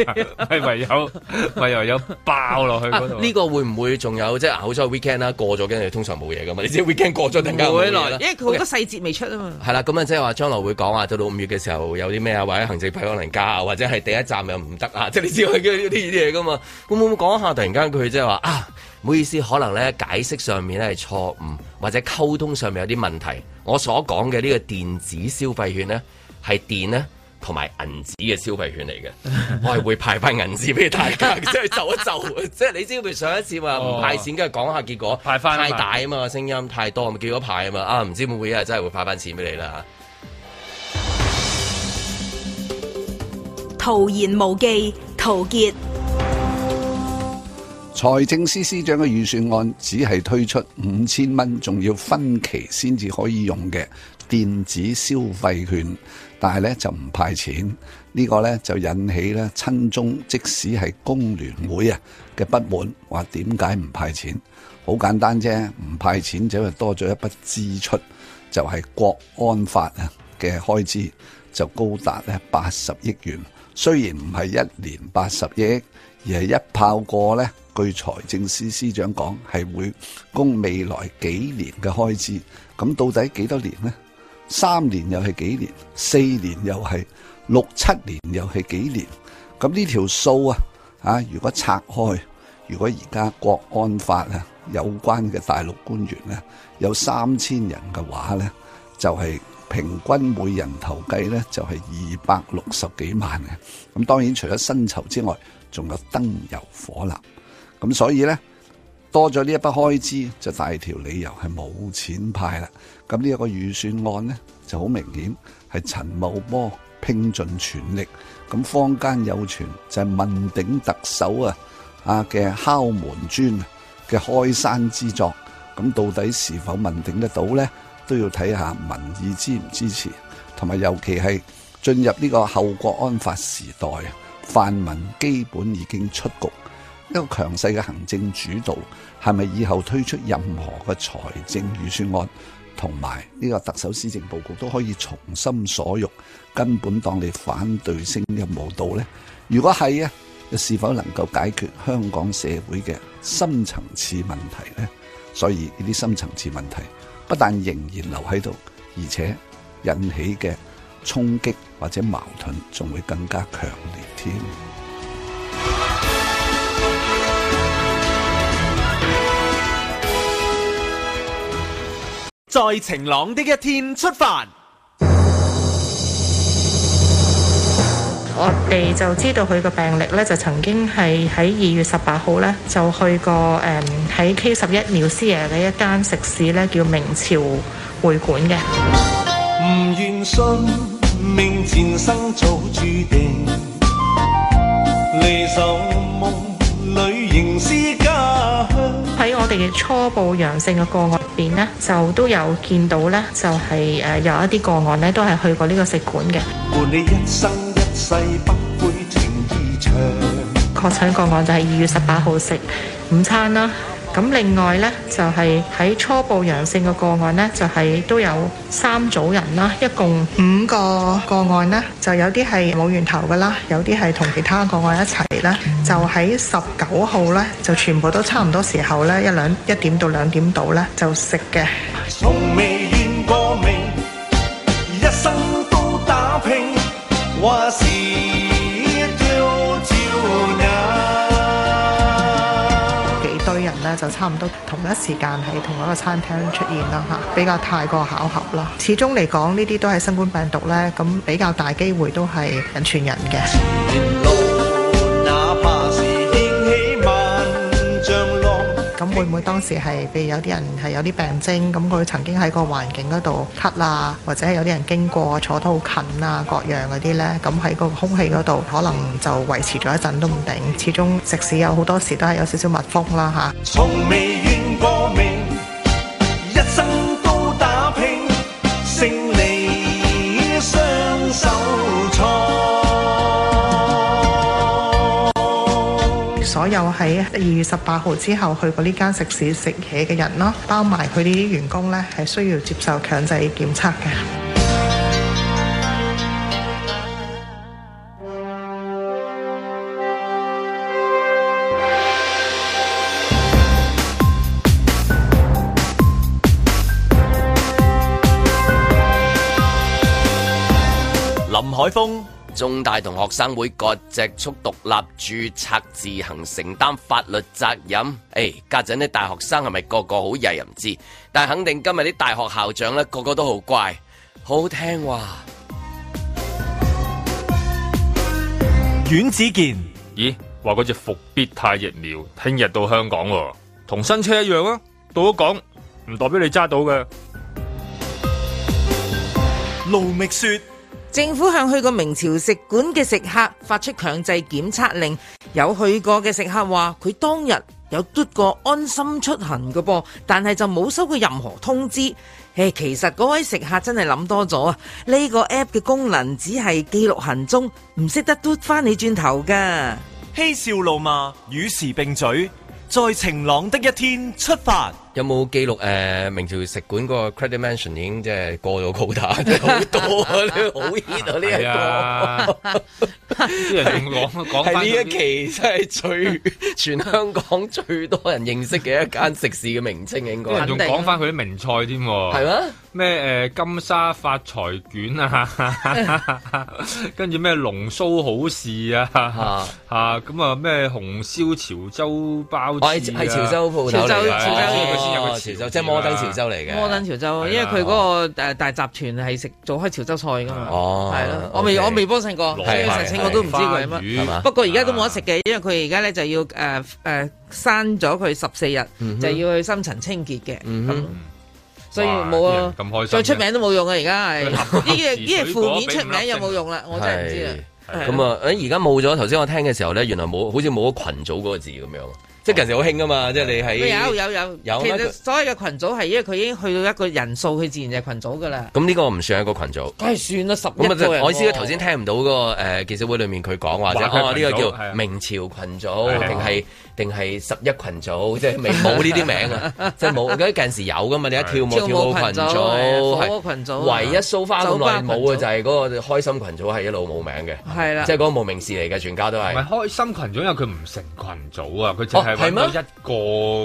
係唯有唯有有爆落去啊嗰 度。呢個會唔會仲有即係好彩 weekend 啦，過咗跟住通常冇嘢噶嘛？你知 weekend 過咗突然間唔冇嘢會啦來，因為佢好 OK 多細節未出啊嘛。係啦，咁啊，即係話將來會講啊，到到五月嘅時候有啲咩啊，或者行政費可能加啊，或者係第一站又唔得啊，即係你知佢呢啲嘢噶嘛。咁啊會唔會講下突然間佢即係話啊，唔好意思，可能咧解釋上面咧係錯誤，或者溝通上面有啲問題。我所講嘅呢個電子消費券咧，係電咧。同埋銀紙嘅消費券嚟嘅，我係會派翻銀紙俾大家，即係就一就，即係你知譬如上一次話唔派錢，跟住講下結果派返啊太嘛大啊嘛，聲音太多，咪結果派啊嘛，啊唔知會唔會一日真係會派翻錢俾你啦徒言無忌，陶傑。財政司司長嘅預算案只係推出五千蚊，仲要分期先至可以用嘅電子消費券，但係咧就唔派錢，呢、個咧就引起咧親中，即使係工聯會啊嘅不滿，話點解唔派錢？好簡單啫，唔派錢就因為多咗一筆支出，就係、國安法啊嘅開支就高達咧八十億元。雖然唔係一年八十億，而係一炮過咧。據財政司司長講，係會供未來幾年嘅開支。咁到底幾多年呢？三年又係幾年？四年又係？六七年又係幾年？咁呢條數啊，啊如果拆開。如如果而家國安法啊有關嘅大陸官員咧有三千人嘅話咧，就係、平均每人頭計咧就係二百六十幾萬嘅。咁當然除咗薪酬之外，仲有燈油火蠟。咁所以咧。多咗呢一筆開支，就大條理由係冇錢派啦。咁呢一個預算案呢，就好明顯係陳茂波拼盡全力。咁坊間有傳就係問鼎特首啊啊嘅敲門磚嘅開山之作。咁到底是否問鼎得到呢？都要睇下民意支唔支持，同埋尤其係進入呢個後國安法時代，泛民基本已經出局。一個強勢嘅行政主導，係咪以後推出任何嘅財政預算案，同埋呢個特首施政報告都可以從心所欲，根本當你反對聲音冇到呢？如果係啊，又是否能夠解決香港社會嘅深層次問題呢？所以呢啲深層次問題不但仍然留喺度，而且引起嘅衝擊或者矛盾仲會更加強烈添。在晴朗的一天出發。我哋就知道佢個病歷咧，就曾經係喺二月十八號咧，就去過誒喺 K 十一苗師爺嘅一間食肆咧，叫明朝會館嘅。唔願信命前生早注定，離愁夢裏仍思家鄉。喺我哋嘅初步陽性嘅個案入邊咧，就都有見到咧，就係、誒、有一啲個案咧，都係去過呢個食館嘅。伴你一生一世不悔情意長。確診個案就係二月十八號食午餐啦。咁另外呢，就係、喺初步陽性嘅個案呢，就係、都有三組人啦，一共五個個案啦，就有啲係冇源頭噶啦，有啲係同其他個案一齊啦，就喺十九號呢，就全部都差唔多時候呢，一兩一點到兩點度呢，就食嘅。從未怨過命，一生都打拼，話是朝朝那。幾堆人呢，就差唔多同一時間喺同一個餐廳出現啦嚇，比較太過巧合啦。始終嚟講，呢啲都係新冠病毒呢，咁比較大機會都係人傳人嘅。哪怕是掀起萬丈浪，咁會唔會當時係譬如有啲人係有啲病徵，咁佢曾經喺個環境嗰度咳啊，或者係有啲人經過坐得好近啊，各樣嗰啲呢，咁喺個空氣嗰度可能就維持咗一陣都唔定。始終食肆有好多時都係有少少密封啦嚇。從未怨過命，一生都打拼，勝利雙手創。所有喺二月十八號之後去過呢間食肆食嘢嘅人啦，包埋佢呢啲員工呢，係需要接受強制檢測嘅。林海峰。中大同學生會割席促獨立註冊自行承擔法律責任。誒、家陣啲大學生係咪個個好曳又唔知，但係肯定今日啲大學校長咧個個都好乖，好聽話。阮子健，咦？話嗰只復必泰疫苗聽日到香港喎、同新車一樣啊！到咗港唔代表你揸到嘅。盧觅雪，政府向去過明朝食館嘅食客發出強制檢測令，有去過嘅食客話佢當日有嘟過安心出行嘅噃，但係就冇收過任何通知。誒，其實嗰位食客真係諗多咗啊！呢、個 app 嘅功能只係記錄行蹤，唔識得嘟翻你轉頭㗎。嬉笑怒罵，與時並嘴，在晴朗的一天出發。有冇記錄誒、呃明朝食館嗰個 credit mansion 已經即係過咗 quota，真係好多啊！呢個好 hit 啊呢一係啊個。 啲人仲講講係翻呢一期真係最全香港最多人認識嘅一間食肆嘅名稱應該啲。人仲講翻佢啲名菜添喎，係啊咩？咩誒金沙發財卷啊， 跟住咩龍鬚好事啊，嚇咁啊咩紅燒潮州包子啊，哦係係潮州鋪頭嚟嘅潮州潮州嘢佢先有個哦潮字啊州即係摩登潮州嚟嘅摩登潮州，因為佢嗰個呃大集團係食做開潮州菜噶嘛，哦係咯，我未 OK 我未幫襯過，羅所以係啊實情我係都唔知佢係花魚係嘛乜。不過而家都冇得食嘅，因為佢而家咧就要誒誒刪咗佢十四嗯日，哼就要去深層清潔嘅，咁嗯所以冇啊哇啲人咁開，心再嘅出名都冇用啊！而家係佢呢 啲立立呢字啲係水負果面俾出五粒名有冇星用啊啦？我真係唔知啦。係咁啊，誒而家冇咗。頭先我聽嘅時候咧，原來冇，好似冇咗群組嗰個字咁樣。即係近時好興噶嘛，即係你喺啊有有有有其咩實所謂嘅群組係因為佢已經去到一個人數，佢自然就係群組噶啦。咁呢個唔算係一個群組。梗係算啦，十一咁啊，個人就喎。我意思頭先聽唔到嗰個誒記者會裏面佢講話啫，話佢哦呢個群組係叫啊明朝群組，係啊定係定係十一群組，即係未冇呢啲名啊， 即係冇。嗰啲近時有噶嘛，你一跳舞跳舞跳舞群群組係啊組，火鍋群組啊唯一蘇花咁酒吧耐群冇啊嘅就係嗰個開心群組係一路冇名嘅，係啦即係嗰個無名氏嚟嘅，全家都係唔。係開心群組，因為佢唔成群組啊，佢淨係哦係揾咩到一個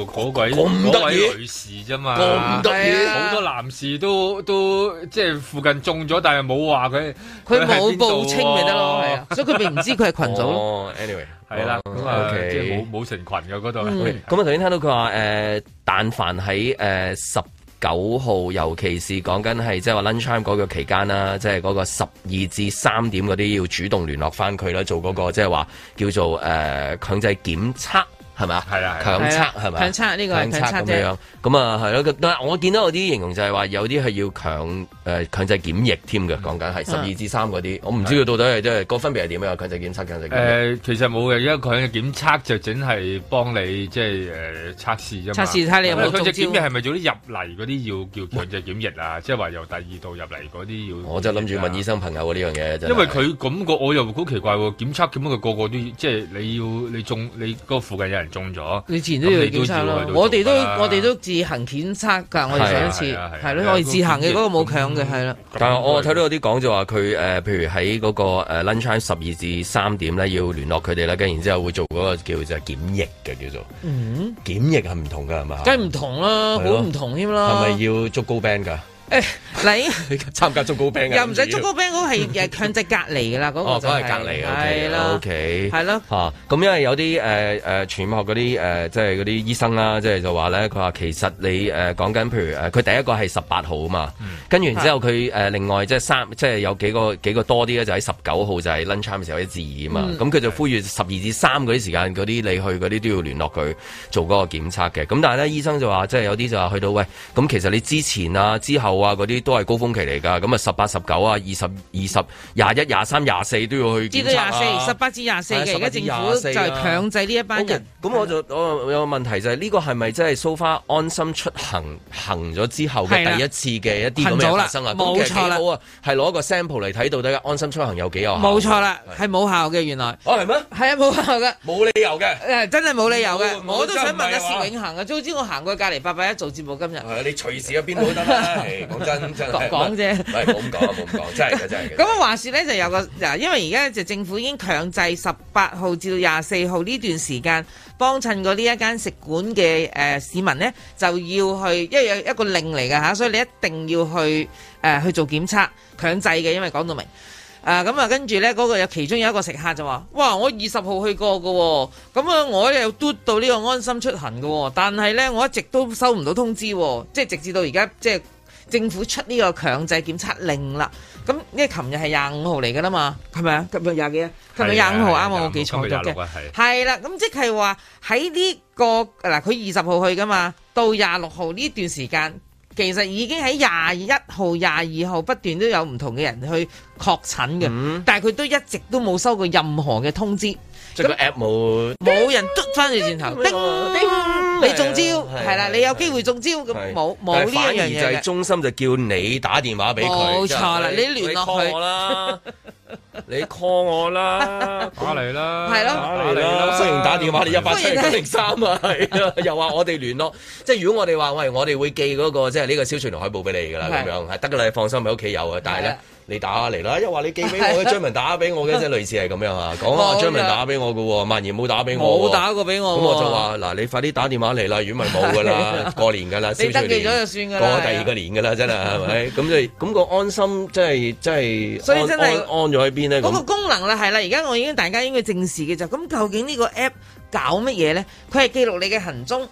嗰位咁得嗰意位女士啫嘛，咁得意係啊好多男士都都即係附近中咗，但係冇話佢佢喺冇邊度啊報稱咪得咯，喎係啊，所以佢咪唔知佢係群組咯。哦，anyway，係啦，咁啊哦 OK 即係冇冇成群嘅嗰度。嗯 OK，咁啊，頭先聽到佢話誒，但凡喺誒十九號，尤其是講緊係即係話 lunch time 嗰個期間啦，即係嗰個十二至三點嗰啲要主動聯絡翻佢啦，做嗰、個即係話叫做誒、呃、強制檢測。係咪啊？係啦，強係啦測係咪啊？強測呢個係強測強測咁啫樣，咁啊係咯。但係我見到有啲形容就係話有啲係要強誒強制檢疫添嘅，講緊嗯係十二至三嗰啲。我唔知佢到底係即係個分別係點樣？強制檢測、強制檢疫。誒、其實冇嘅，因為佢嘅檢測就整係幫你即係誒、測試啫嘛。測試睇你有冇咁啊強中制檢招疫係咪做啲入嚟嗰啲要叫強制檢疫啊？即係話由第二度入嚟嗰啲要。我就諗住問醫生朋友啊呢樣嘢真係因為佢咁個，我又好奇怪喎。檢測點解佢個個都要即係你要你中你嗰附近有人中咗，你自然都要咁你檢測要咯去。到我哋都做㗎啦我哋都自行檢測㗎，我哋上一次係啊係啊係啊係咯，我哋自行嘅嗰個冇強嘅係啦。但係我睇到有啲講就話佢誒，譬如喺嗰個 lunch time 十二至三點咧，要聯絡佢哋啦，跟然之後會做嗰個叫做檢疫嘅叫做嗯，檢疫係唔同㗎係嘛？梗係唔同啦，係好咯唔同添啦。係咪要捉高 band 㗎？你參加捉高 band 㗎又唔使跟啊捉住要嗰個 band 嗰個係誒強制隔離㗎啦，嗰個哦，就嗰係隔離啊，係啦 o。k 係咯嚇咁因為有啲誒誒傳染學嗰啲誒，即係嗰啲醫生啦，即係就話咧，佢話其實你誒講緊，譬如誒，呃佢第一個係十八號啊嘛，嗯跟住然之後佢誒另外即係三，即係有幾個幾個多啲咧，就喺十九號就係 lunch time 嘅時候啲字義啊嘛，嗯咁佢就呼籲十二至三嗰啲時間嗰啲你去嗰啲都要聯絡佢做嗰個檢測嘅，咁但係咧醫生就話即係有啲就話去到喂，咁其實你之前啊之後啊嗰啲都係高峰期嚟㗎，咁啊十八十九啊二十二十廿一廿三廿四都要去至檢到測廿啊四，十八至廿四嘅，而家政府就係強制呢一班人。咁我就我有個問題就係呢個係咪真係 so far 安心出行行咗之後係啦嘅第一次嘅一啲咁行咗嘅啦發生啊？冇咁其實錯啦幾好啊，係攞個 sample 嚟睇到底安心出行有幾有效？啊冇錯啦，係冇效嘅原來。哦，係咩？係啊，冇效嘅，冇理由嘅。誒，真係冇理由嘅。冇我都想問下真係話薛永恒啊，早知我行過隔離八八一做節目今日。係啊你隨時喺邊度都得啦，係 講真真係講啫唔係冇咁講，冇咁講，真係嘅真係嘅。咁啊，話説咧就有個嗱，因為而家就政府已經強制十八號至到廿四號呢段時間幫襯過呢一間食館嘅誒、呃市民呢，就要去，因為有一個令嚟㗎嚇，所以你一定要去誒、呃去做檢測，強制嘅，因為講到明。啊，咁啊，跟住咧嗰個有其中有一個食客就話：，哇！我二十號去過嘅喎、咁啊，我又嘟到呢個安心出行嘅喎、但係咧我一直都收唔到通知喎、即係直至到而家，即係政府出呢個強制檢測令啦。咁因為琴日係廿五號嚟嘅啦嘛，係咪啊？今日廿幾啊？琴日係啊廿五號係啊啱啊，我記今錯日咗廿嘅六啊嗯係。係啦，咁即係話喺呢個嗱，佢二十號去噶嘛，到廿六號呢段時間，其實已經喺廿一號、廿二號不斷都有唔同嘅人去確診嘅，但係佢都一直都冇收過任何嘅通知，即係個 app 冇冇人嘟翻佢轉頭，叮叮，你中招係啊係啦，你有機會中招係咁冇冇但呢係反一樣而就嘢係嘅。中心就叫你打電話俾佢，冇即係錯啦，喂你聯絡 call 我佢啦。你 call 我 啦，打嚟啦，係咯，打嚟啦。雖然打電話你一八七九零三 啊，係啦，又話我哋聯絡，即係如果我哋話喂，我哋會寄嗰個即係呢個消傳同海報俾你㗎啦，咁係樣係得㗎啦，你放心，喺屋企有啊。但係咧，你打嚟啦，又話你寄俾 我嘅，張文打俾我嘅，即係類似係咁樣啊。講冇啊，㗎張文打俾我嘅喎，萬言冇打俾我喎，冇打過俾我咁我就喎話嗱，你快啲打電話嚟啦，如果唔係冇㗎係啦 啊，過年㗎啦，你得消罪除年咗就算㗎啦啊過第二個年㗎啦，真係係咪？咁就咁個安心，真係真係，所以安真係安安咗喺邊咧？嗰個咁功能啦，係啦，而家我已經大家應該正視嘅就咁，究竟呢個 app 搞乜嘢咧？佢係記錄你嘅行蹤，咁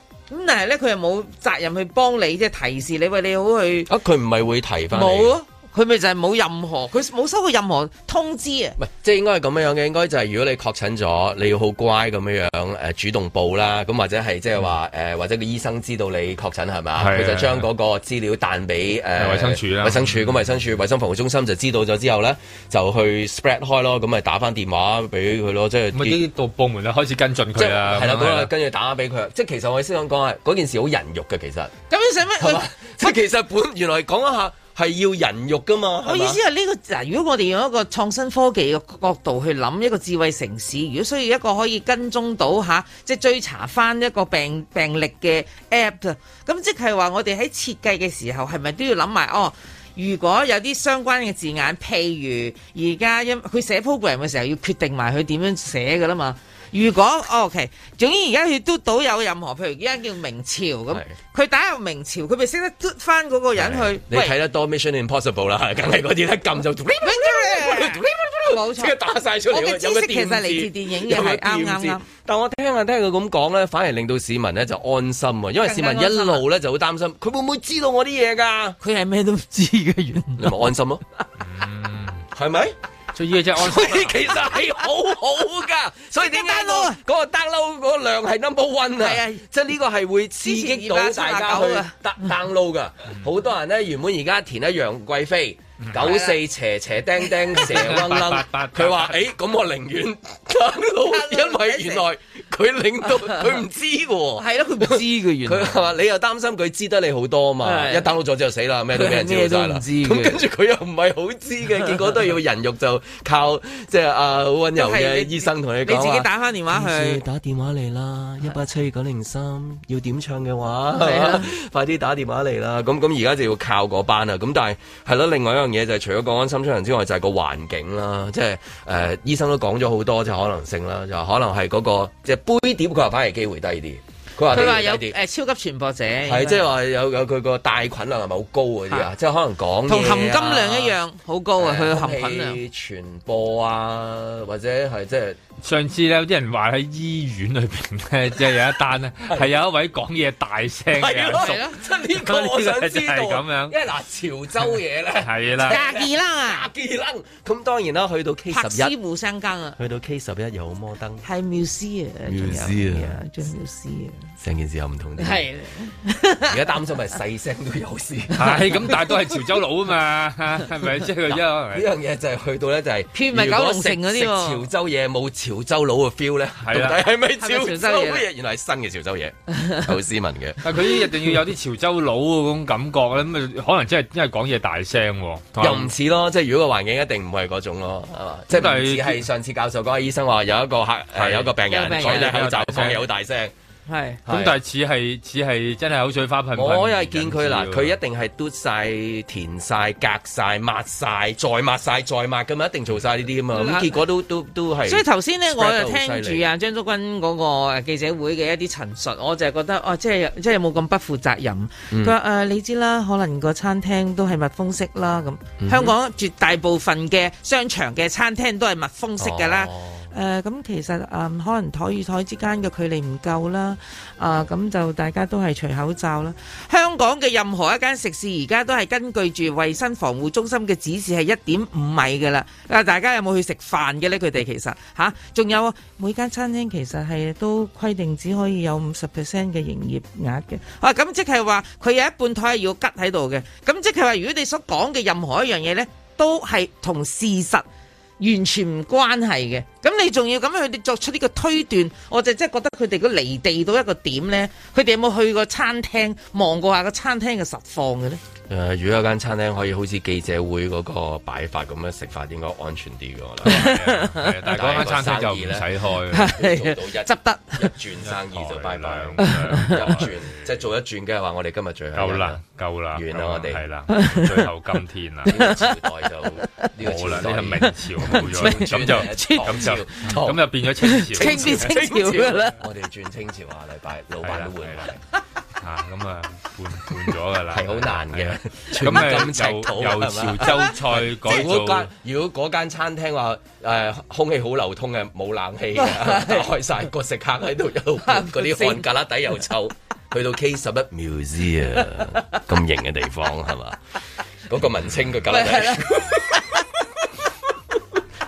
但係咧佢又冇責任去幫你，即係提示你喂你好去啊，佢唔係會提翻冇啊，佢咪就係冇任何，佢冇收過任何通知啊。唔係，即係應該係咁樣嘅，應該就係如果你確診咗，你要好乖咁樣樣誒、呃主動報啦，咁或者係即係話誒，或者個醫生知道你確診係嘛，嗯係佢就係將嗰個資料彈俾誒係衛生署啦衛生署咁衛生署衛生防護中心就知道咗之後咧，就去 spread 開咯，咁咪打翻電話俾佢咯，即係咪啲啊度部門就開始跟進即係佢啦，係啦，咁樣咁啊，跟住打俾佢，即係其實我先想講係嗰件事好人肉嘅，其實咁你使乜？即係其實本原來講一下係要人肉噶嘛， 我係嘛意思係呢、個嗱，如果我哋用一個創新科技嘅角度去諗一個智慧城市，如果需要一個可以跟蹤到吓、即係追查翻一個病病歷嘅 app 啊，咁即係話我哋喺設計嘅時候係咪都要諗埋哦？如果有啲相關嘅字眼，譬如而家因佢寫 program 嘅時候要決定埋佢點樣寫㗎啦嘛。如果哦 OK，總之而家佢都到有任何，譬如而家叫明朝咁，佢打入明朝，佢咪識得嘟翻嗰個人去。你喂睇得多 Mission Impossible 啦， 梗係嗰啲一撳就 冇錯，即係打晒出嚟。我嘅知有個識其實電嚟字自電影嘅，有個係啱電啱字啱。但我聽下聽佢咁講咧，反而令到市民咧就安心啊，因為市民一路咧就好擔心，佢會唔會知道我啲嘢㗎？佢係咩都唔知嘅原來。你咪安心咯，係咪？最依家真係安 所以其實係好好 噶，所以點解我嗰個 download 嗰個量啊係 number one 啊？即係呢個係會刺激到大家去 down- download 噶。好多人咧原本而家填一楊貴妃。九四斜斜釘釘蛇掹 掹，佢話：誒咁我寧願 download，因為原來佢令 到佢唔知嘅喎。係咯，佢唔知嘅原來。佢係嘛？你又擔心佢知得你好多啊嘛？係一 download 咗之後死啦，咩都俾人知 咩都道晒唔啦。知咁嘅跟住佢又唔係好知嘅，結果都係要人肉就靠 即係啊好温柔嘅醫生同你你講自己話打翻電話於是去。打電話嚟啦，一八七二九零三，要點唱嘅話係啊， 快啲打電話嚟啦。咁咁而家就要靠嗰班啊啦。咁但係係咯，另外一樣嘢就係除咗講安心出行之外，就係個環境啦。即係誒醫生都講咗好多即係可能性啦，就可能係嗰個即係杯碟，佢話反而機會低啲。佢話佢話有機會低啲。誒超級傳播者，係即係話有有佢個帶菌量係咪好高嗰啲啊？即係可能講嘢啊同含金量一樣好高啊！佢嘅含菌量。空氣傳播啊，或者係即係上次咧，有啲人話喺醫院裏邊咧，即係有一單咧，係有一位講嘢大聲嘅係人 咯叔係咯，即係呢個我想知道呢啊個就係咁樣因為嗱潮州嘢 咧係啦廿二啦啊，廿二楞咁當然啦，去到 K 拍十師一，互相更啊，去到 K 十一有摩登，係妙思啊，仲有仲妙思啊有妙思啊，成件事又唔同啲。係而家擔心係細聲都有事，係咁，但係都係潮州佬啊嘛，係咪？即係佢一呢樣嘢就係去到咧就係，偏咪九龍城嗰啲喎如果食食潮州嘢冇潮州佬嘅 feel 咧，到係啦底係咪潮係咪潮州州嘢嘢？原來係新嘅潮州嘢，好斯文嘅。但佢一定要有啲潮州佬嗰種感覺咧，咁啊可能真係因為講嘢大聲喎，同埋又唔似咯，即係如果個環境一定唔會係嗰種咯，係嘛？即係唔似係上次教授講嘅醫生話有一個客誒有一個病有人病人戴口罩有病人講嘢好大聲，係咁，但係似係似係真係口水花噴噴。我又係見佢嗱，佢一一定係嘟晒、填晒、隔晒、抹晒、再抹晒、再抹咁嘛，一定做晒呢啲啊嘛。咁嗱結果都都都係。所以頭先咧，我就聽 spread 得好犀住利啊張竹君嗰個誒記者會嘅一啲陳述，我就係覺得哦，即係即係有冇咁不負責任。嗯佢話誒，你知啦，可能個餐廳都係密封式啦，嗯咁香港絕大部分嘅商場嘅餐廳都係密封式㗎啦。誒咁、其實誒、嗯可能台與台之間嘅距離唔夠啦，啊咁就大家都係除口罩啦。香港嘅任何一間食肆而家都係根據住衞生防護中心嘅指示係一點五米嘅啦。啊，大家有冇去食飯嘅呢？佢哋其實吓，仲、有啊，每間餐廳其實係都規定只可以有五十 percent 嘅營業額嘅。啊，咁即係話佢有一半台係要吉喺度嘅。咁即係話，如果你所講嘅任何一樣嘢呢，都係同事實。而完全唔關係嘅。咁你仲要咁樣去作出呢個推斷，我就真係覺得佢哋都離地到一個點呢。佢哋有冇去過餐廳望過下個餐廳嘅實況嘅呢？誒、呃如果有間餐廳可以好似記者會嗰個擺法咁樣食法，應該安全啲嘅，我諗。係但係嗰間餐廳就唔使開做到一執得一轉生意就拜拜，一轉即係做一轉，梗係話我哋今日最後夠啦，夠啦， 完啦我哋係啦，最後今天啦，呢個朝代就呢個冇啦，朝呢個代明朝 冇咗，明朝咁就咁就咁就變咗清朝，㗎我哋轉清朝下禮拜，老闆都換埋。嚇咁啊，換換咗㗎啦，係好難嘅係啊全部咁赤咁土啊，由由係嘛潮州菜改如果做間。如果嗰間餐廳話誒空氣好流通嘅，冇 冷氣嘅，打開晒個食客喺度一路啊嗰啲汗格拉底又 臭，去到 K 十一 Museum 啊咁型嘅地方 係嘛？嗰個文青嘅格拉底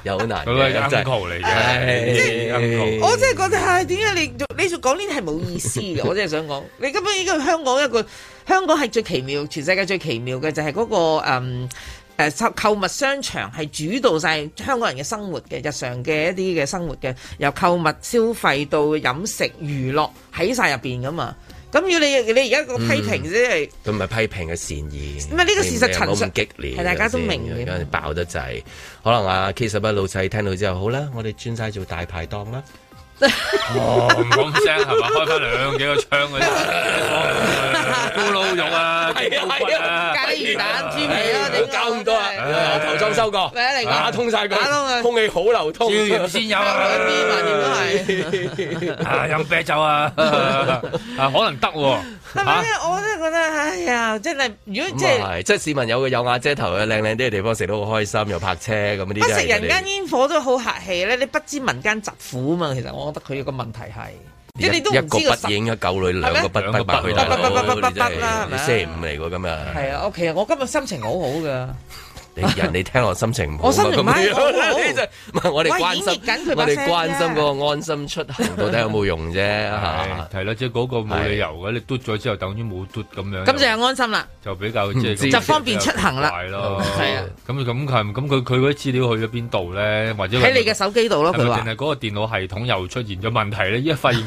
又好難嘅，嗰個係真係 uncle 嚟嘅唉即係 uncle 我真係覺得係點解你你仲講呢啲係冇意思 嘅？我真係想講，你根本依個香港一個香港係最奇妙，全世界最奇妙嘅就係嗰、個誒誒購物商場係主導晒香港人嘅生活嘅日常嘅一啲嘅生活嘅，由購物消費到飲食娛樂喺晒入邊噶嘛。嗯咁要你你而家個批評即係。佢唔係批評嘅善意，唔係呢個事實陳述你唔啊好咁激烈，係大家都明嘅有陣爆得滯，可能啊 K 十一老細聽到之後，好啦，我哋轉晒做大排檔啦。哦，唔講聲係嘛？開翻兩幾個窗嗰啲，咕嚕 肉啊，咕嚕骨啊，咖喱魚蛋豬皮啊唔好搞咁多啊！頭裝修過，嚟嚟講打通晒打通佢，佢空氣好流通，椒鹽鮮有啊，啊飲啤 酒啊，啊可能得喎，係咪咧？我真係覺得，哎呀，真係如果即咁係啊係，即係市民有個有瓦遮頭嘅靚靚啲嘅地方，食得好開心，又泊車咁呢不啲真係佢哋。啊食人間煙火都好客氣咧，你不知民間疾苦啊嘛。其實我覺得佢個問題係，即係你都一唔個知個筆實。影咗狗女，兩個筆筆埋去大佬，星期五嚟喎今日。係啊，我其實我今日心情好好啊噶，你人哋聽落心情唔好我心情唔係咁好好樣呢就唔係我哋喂關演繹緊心，佢把我哋聲關心啫嗰個安心出行到底有冇用啫嚇。係啦，即係嗰個冇理由嘅，你嘟咗之後等於冇嘟咁樣，咁就係安心啦。就比較即唔知係就方便出行啦係咯，係啊，咁咁係咁佢佢嗰啲資料去咗邊度咧？或者喺你嘅手機度咯係咪佢話定係嗰個電腦系統又出現咗問題咧？依家 發現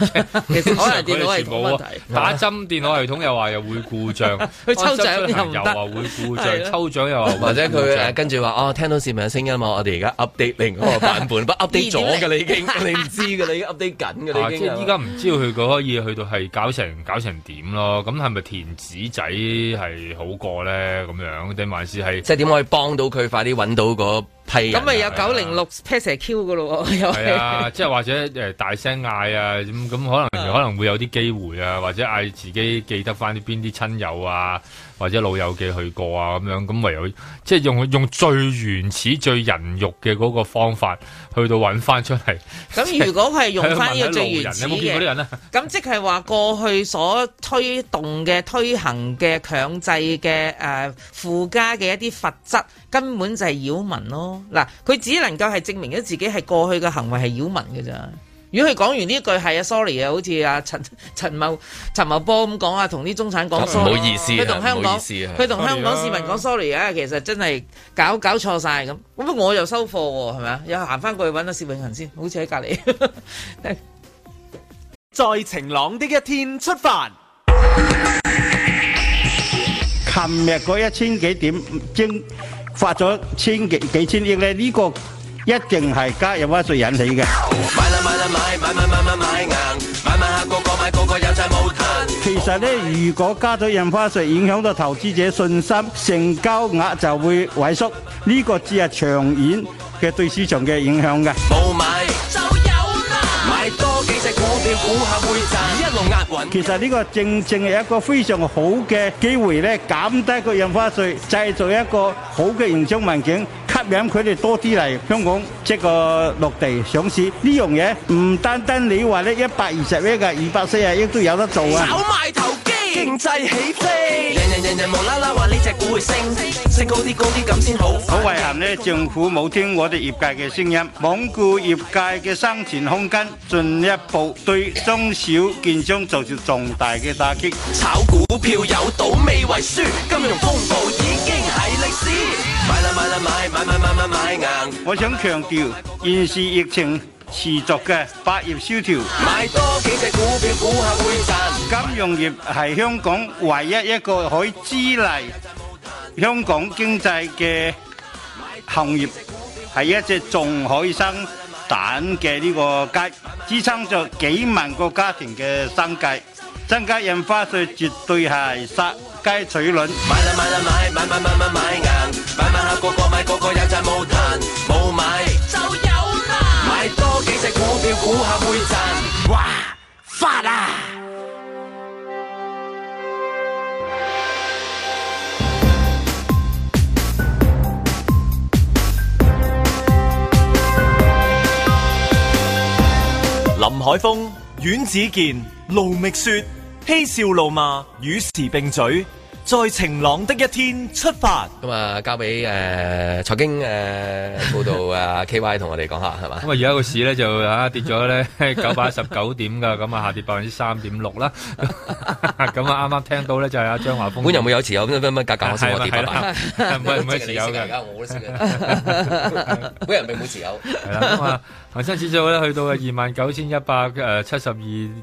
其實可能電腦系統問題打針電腦系統又話又會故障， 佢抽獎又唔得安心出行又話會故障係，咯抽獎又話會或者故佢障誒跟住話哦，聽到市民嘅聲音嘛，我哋而家 update 另一 個版本，不 update 咗㗎啦已經， 你唔知㗎啦，已經 update 緊㗎啊啦已即經。係依家唔知道佢可以去到係搞成搞成點咯？咁係咪填紙仔係好過咧？咁樣定還是係 即係點可以幫到佢快啲揾到嗰批人咁啊？咪有九零六 p s Q 噶咯喎，又係係。啊，即係或者誒大聲嗌啊，咁咁可能可能會有啲機會啊，或者嗌自己記得翻啲邊啲親友啊，或者老友記去過啊咁樣，咁唯有即係用用最原始、最人肉嘅嗰個方法去到揾翻出嚟。咁如果佢係用翻呢個最即係啊原始問下路人你有冇見過啲嘅人咧？，咁即係話過去所推動嘅、推行嘅強制嘅誒、呃附加嘅一啲罰則，根本就係擾民咯。嗱，佢只能夠係證明咗自己係過去嘅行為係擾民嘅咋。如果佢講完呢句係啊，sorry 啊，好似阿陳 陳茂陳茂波咁講啊，同啲中產講唔 sorry，好意思啊佢同香唔好港意思啊佢同香港 sorry 啊市民講 sorry 啊，其實真係搞搞錯晒咁。咁我又收貨喎，係咪啊？又行翻過去揾阿薛永恒先，好似喺隔離。在晴朗的一天出發。琴日嗰一千幾點蒸發咗千幾幾千億咧，呢、個一定係加入威稅引起嘅。買啦買啦買買買買買買硬，買買下個個買個個有債冇攤。其實咧，如果加咗印花税，影響到投資者信心，成交額就會萎縮。呢、個只係長遠嘅對市場嘅影響嘅。冇買就有啦，買多幾隻股票估下會賺，一路押 韻。其實呢個正正係一個非常好嘅機會咧，減低個印花税，製造一個好嘅營商環境，吸引佢哋多啲嚟香港即個落地上市。呢樣嘢唔單單你話咧一百二十億啊，二百四十億都有得做啊！炒賣投機，經濟起飛，人人人人無啦啦話呢只股會升，升高啲高啲咁先好。好遺憾咧，政府冇聽我哋業界嘅聲音，罔顧業界嘅生存空間，進一步對中小券商造成重大嘅打擊。炒股票有賭未為輸，金融風暴已經係歷史。買啦買啦買買買買買買硬，我想強調，現時疫情持續嘅百業蕭條，買多幾隻股票估下會賺。金融業係香港唯一一個可以支嚟香港經濟嘅行業，係一隻仲可以生蛋嘅呢個雞，支撐咗幾萬個家庭嘅生計。增加印花税絕對係殺雞取卵。買啦買啦買買買買買買硬，買買下個個買個個有賺冇彈，冇買就有啦。買多幾隻股票估下會賺。哇，發啊！林海峰、阮子健、卢觅雪，嬉笑怒骂，与时并举，在晴朗的一天出发。咁啊，交俾誒財經誒報道啊 K Y 同我哋講下係嘛？咁啊，而家個市咧就啊跌咗咧 九百一十九點噶，咁啊下跌百分之三點六啦。 咁啊啱啱聽到咧就係阿張華峰，本人會有持有咁樣乜價格，我先我跌係拜啦拜。係啦唔係唔係持有淨係你識㗎而嘅家我都識嘅。本人並冇持有。係啦， 咁啊，恒生指數咧去到啊二萬九千一百誒七十二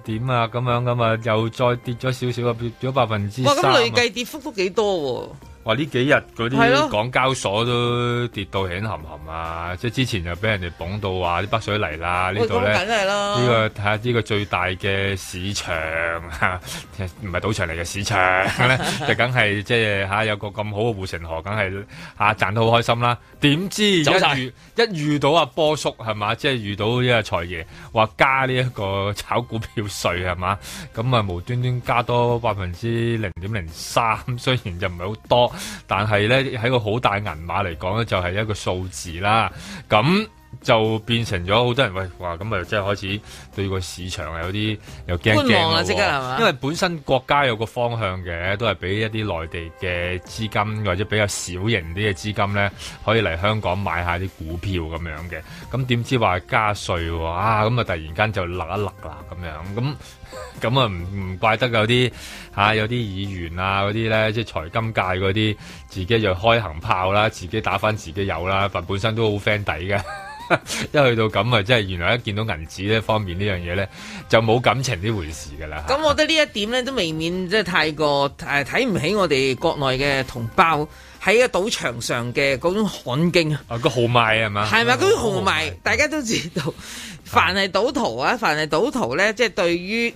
點啊，咁樣咁啊，又再跌咗少少啊，跌咗百分之哇，三咁啊。累計跌幅都幾多哇！呢幾日嗰係咯啲港交所都跌到顯含含啊！即係之前就俾人哋捧到話啲北水嚟啦，喂呢度咧咁梗係啦呢個睇下呢個最大嘅市場唔係賭場嚟嘅市場 咧，就梗係即係嚇有個咁好嘅護城河，梗係嚇賺得好開心啦。點知走晒一遇一遇到阿波叔係嘛，即係遇到呢個財爺話加呢一個炒股票税係嘛，咁啊無端端加多百分之零點零三，雖然就唔係好多，但係咧喺個好大銀碼嚟講咧，就係、一個數字啦。咁就變成咗好多人喂，哇！咁啊，即係開始對個市場啊有啲又驚觀望驚啦咯即刻係嘛喎，因為本身國家有個方向嘅，都係俾一啲內地嘅資金或者比較小型啲嘅資金咧，可以嚟香港買下啲股票咁樣嘅。咁點知話加税喎啊！咁啊，突然間就勒一勒啦咁樣咁。咁啊，唔唔怪得有啲嚇、啊有啲議員啊嗰啲咧，即係財金界嗰啲，自己就開行炮啦，自己打翻自己有啦，但本身都好 friend 底嘅。 一去到咁啊，即係原來一見到銀紙呢方面呢樣嘢咧，就冇感情呢回事㗎啦喎？。咁我覺得呢一點咧都未免即係太過誒睇唔起我哋國內嘅同胞喺個賭場上嘅嗰種罕勁啊！啊，個豪邁係嘛？係咪？咁豪埋，大家都知道，凡係賭徒啊，凡係賭徒咧，即係對於誒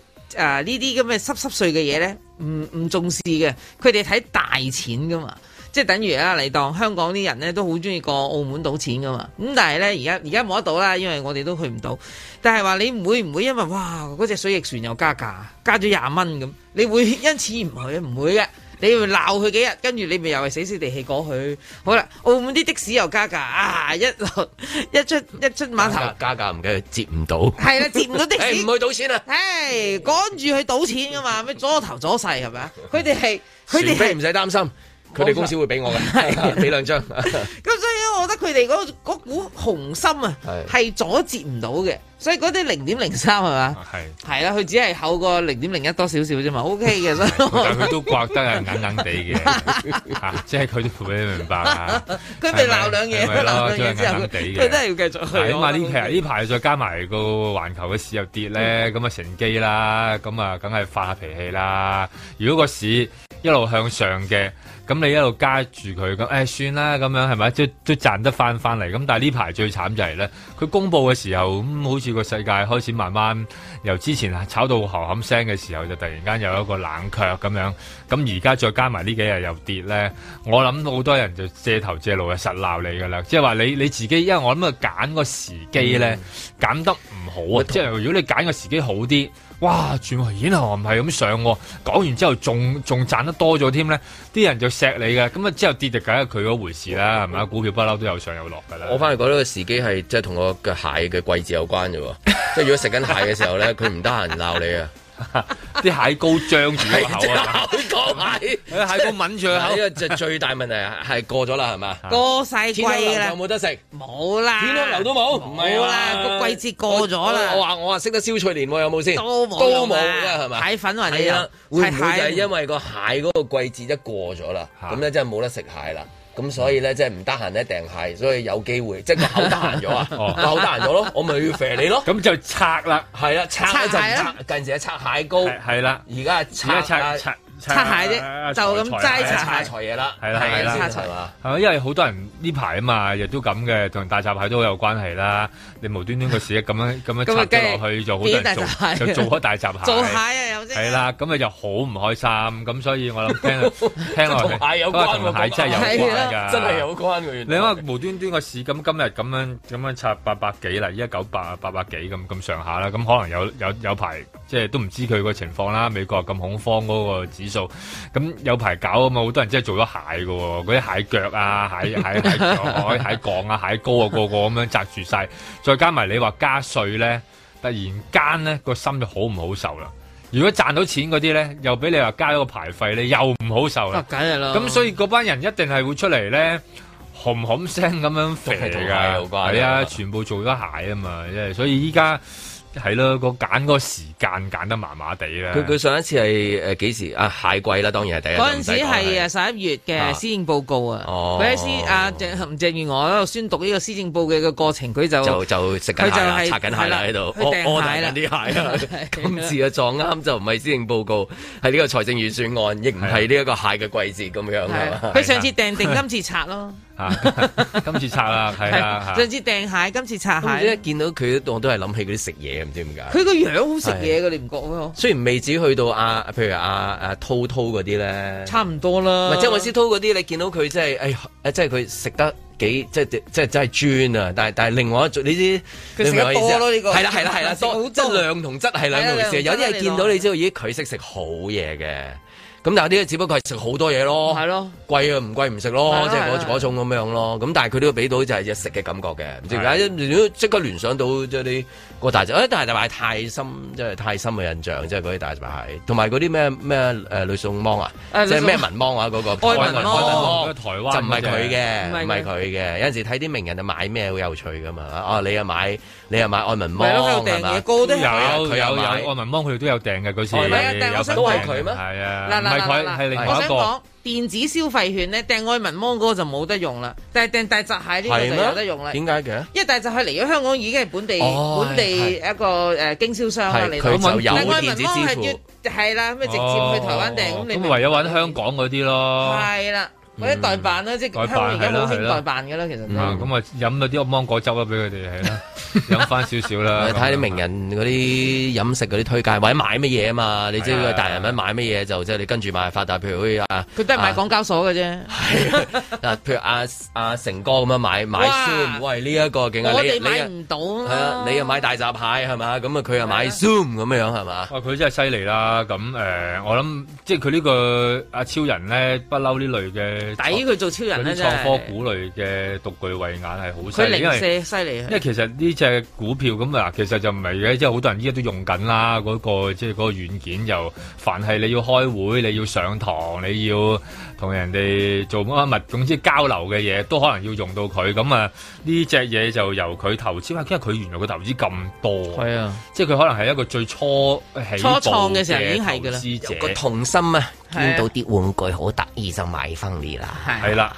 呢啲咁嘅濕濕碎嘅嘢咧，唔唔重視嘅，佢哋睇大錢噶嘛。即係等於啊，嚟當香港啲人咧都好中意過澳門賭錢噶嘛，咁但係咧而家而家冇得到啦，因為我哋都去唔到。但係話你會唔會因為哇嗰只水翼船又加價，加咗廿蚊咁，你會 因此而唔去？唔會嘅。你會鬧佢幾日，跟住你咪又係死死地氣過去。好啦，澳門啲的士又加價啊！一落一出一出碼頭，加價唔緊要，接唔到。係啦，接唔到 的誒士，唔去賭錢啊！唉，趕住去賭錢噶嘛，咩左頭左勢係咪啊？佢哋係佢船哋飛係唔使擔心，佢哋公司會俾我啊嘅， 俾兩張。咁，所以我覺得佢哋嗰嗰股雄心啊，係係阻截唔到嘅。所以嗰啲零點零三係嘛？啊係係啦，佢只係厚過零點零一多少少啫嘛，OK 嘅。所以我但佢都刮得係硬硬地 嘅，嚇即係佢都會明白啊。佢咪鬧兩嘢，係咪咯鬧兩嘢之後，即係硬硬地嘅佢都係要繼續去。係咁啊！我覺呢得排呢排再加埋個環球嘅市又跌嗯咧，咁啊乘機啦，咁啊梗係發下脾氣啦。如果個市一路向上嘅，咁你一路加住佢咁，誒、算啦咁樣係咪？即係都賺得翻翻嚟。咁但係呢排最慘就係咧，佢公佈嘅時候，咁、好似個世界開始慢慢由之前炒到喉冚聲嘅時候，就突然間有一個冷卻咁樣。咁而家再加埋呢幾日又跌咧，我諗好多人就借頭借路就實鬧你㗎啦。即係話你你自己，因為我諗啊揀個時機嗯咧揀得唔好啊。即係如果你揀個時機好啲。哇！轉為演行唔係咁上喎，講完之後仲仲賺得多咗添咧，啲人就錫你嘅，咁啊之後跌就梗係佢嗰回事啦，係咪啊股票不嬲都有上有落㗎啦。我反而覺得個時機係即係同我嘅蟹嘅季節有關 啫喎，即係如果食緊蟹嘅時候咧，佢唔得閒鬧你啊！啲蟹膏 張住 個口啊，講蟹，蟹膏抿住個口呢個就最大問題係係過咗啦，係嘛？過晒季天空流啦有，冇得食？冇啦，天空流都冇，唔係冇啦，個季節過咗啦。我我話我話識得燒翠蓮喎，有冇先？都冇都冇用啊啦，係咪？蟹粉或者係啦，啊有會係唔會蟹就係因為個蟹嗰個季節一過咗啦，咁咧真係冇得食蟹啦。咁所以咧即係唔得閒咧訂蟹，所以有機會 即係個口得閒咗啊，哦個口得閒咗咯，我咪要肥你咯。咁就拆啦，係啦，拆咧就拆蟹唔啦拆，近時係拆蟹膏，係啦，而家而家係拆拆啊拆啊拆蟹啫就咁齋拆拆蟹財嘢啦，啊係啦係啦，拆財啦。係咪因為好多人呢排啊嘛，亦都咁嘅，同大閘蟹都好有關係啦。你無端端個市一咁 樣咁樣咁啊插咗落去，就好多人變大閘蟹做就做開大閘蟹。做蟹啊有啫係啦，咁啊就好唔開心。咁所以我諗 聽聽落去，同蟹有關喎同蟹真係有關係啊㗎，真係有關㗎原來你諗下無端端個市咁今日咁樣咁樣插八百幾啦，依家九百八百幾咁咁上下啦，咁可能有有有排即係都唔知佢個情況啦。美國咁恐慌嗰個指數，咁有排搞啊嘛，好多人真係做咗蟹嘅喎，嗰啲蟹腳啊、蟹蟹蟹腳啊、蟹槓啊、蟹膏啊，個個咁樣擲住晒。再加埋你話加税咧，突然間咧個心就好唔好受啦。如果賺到錢嗰啲咧，又俾你話加咗個牌費咧，又唔好受啦。梗係啦咁所以嗰班人一定係會出嚟咧，冚冚聲咁樣肥同㗎，鞋有關係啊，係嘛全部做咗鞋啊嘛，即係所以依家係咯，個揀嗰個時間揀得麻麻地啦。佢佢上一次係誒幾時啊？蟹季啦，當然係第一嗰陣時就唔使講係誒十一月啊嘅施政報告啊，哦佢喺施阿鄭林鄭月娥喺度宣讀呢個施政報告嘅過程，佢就就就食緊蟹啦，哦佢就係拆緊蟹啦喺度，係啦佢訂我蟹啦啲蟹啦係啦。今次啊撞啱就唔係施政報告，係呢個財政預算案，亦唔係呢一個蟹嘅季節咁樣係啊係嘛佢上次訂定，今次拆咯，嚇啊 今次拆啦，係啦上嚇次訂蟹，今次拆咁一蟹。見到佢，我都係諗起嗰啲食嘢，唔知點解。佢個樣好食嘢係。嘅，你唔覺咩？雖然未至於去到啊，譬如啊啊滔滔嗰啲咧，差唔多啦。唔係即係我思滔嗰啲，你見到佢真係，哎誒即係佢食得幾即係即係真係專啊！但係但係另外一種呢啲，佢食得你明我意思啊多咯呢個係啦係啦係啦，食好多多即係量同質係兩回事。係有啊量同啲質係見到你知道，咦佢識食好嘢嘅。咁但係呢啲只不過係食好多嘢咯，係咯，貴啊唔貴唔食係咯咯，即係係嗰咯嗰種咁樣咯。咁但係佢都俾到就係隻食嘅感覺嘅，唔知點解你都即刻聯想到即係你個大隻，誒但係大隻蟹太深，即係太深嘅印象，即係嗰啲大隻蟹，同埋嗰啲咩咩誒呂宋芒啊，誒即係咩呂宋文芒啊嗰個。愛民咯咯，哦台灣就唔係佢唔係嘅，佢唔係佢嘅。有陣時睇啲名人就買咩好有趣噶嘛。哦，你又買，你又買愛文芒咪咯佢又係訂嘛嘢高都係佢有佢有又有買愛民幫佢哋都有訂嘅嗰次，哦係咩訂我想有份都係訂佢咩係嗱啊，唔嗱嗱係佢嗱，係另我外一想個。講電子消費券咧，訂愛民芒嗰個就冇得用啦，但係訂大閘蟹呢個就有得用啦。點解嘅？因為大閘蟹嚟咗香港已經係本地哦本地一個誒經銷商啦，係嚟佢到就有但係愛電子民芒支付係要係啦，咁啊直接去台灣訂，哦咁你咁咪嗯唯有揾香港嗰啲咯。係啦，或者代辦啦，即係香港而家好興代辦㗎啦，其實都。啊咁啊飲咗啲芒果汁啊啦，俾佢哋 係啦，飲翻少少啦。呃睇下啲名人嗰啲飲食嗰啲推介，或者買乜嘢啊嘛？你知個大人物買乜嘢就即係你跟住買發達，譬如好似 啊，佢都係買啊港交所嘅啫，嗱，譬如阿阿成哥咁樣買買哇 Zoom，喂呢一個勁啊！我你哋你買啊唔到係啊，你又買大閘蟹係嘛？咁啊佢又買 Zoom 咁樣係嘛？哇！佢真係犀利啦。咁誒、呃我諗即係佢呢個阿超人咧，不嬲呢類嘅抵佢做超人啦嗰啲真係創科股類嘅獨具慧眼係好犀佢利，因零為舍犀利因啊為！其實呢只股票咁啊，其實就唔係嘅，即係好多人依家都用緊啦。嗰、個即係嗰個軟件又，凡係你要開會，你要上堂，你要同人哋做乜啊乜物，總之交流嘅嘢都可能要用到佢。咁啊，呢只嘢就由佢投資，因為佢原來佢投資咁多，係啊，即係佢可能係一個最初起初步創嘅時候已經係㗎嘅啦投資者有個童心啊，係啊見到啲玩具好得意就買翻嚟啦。係啦，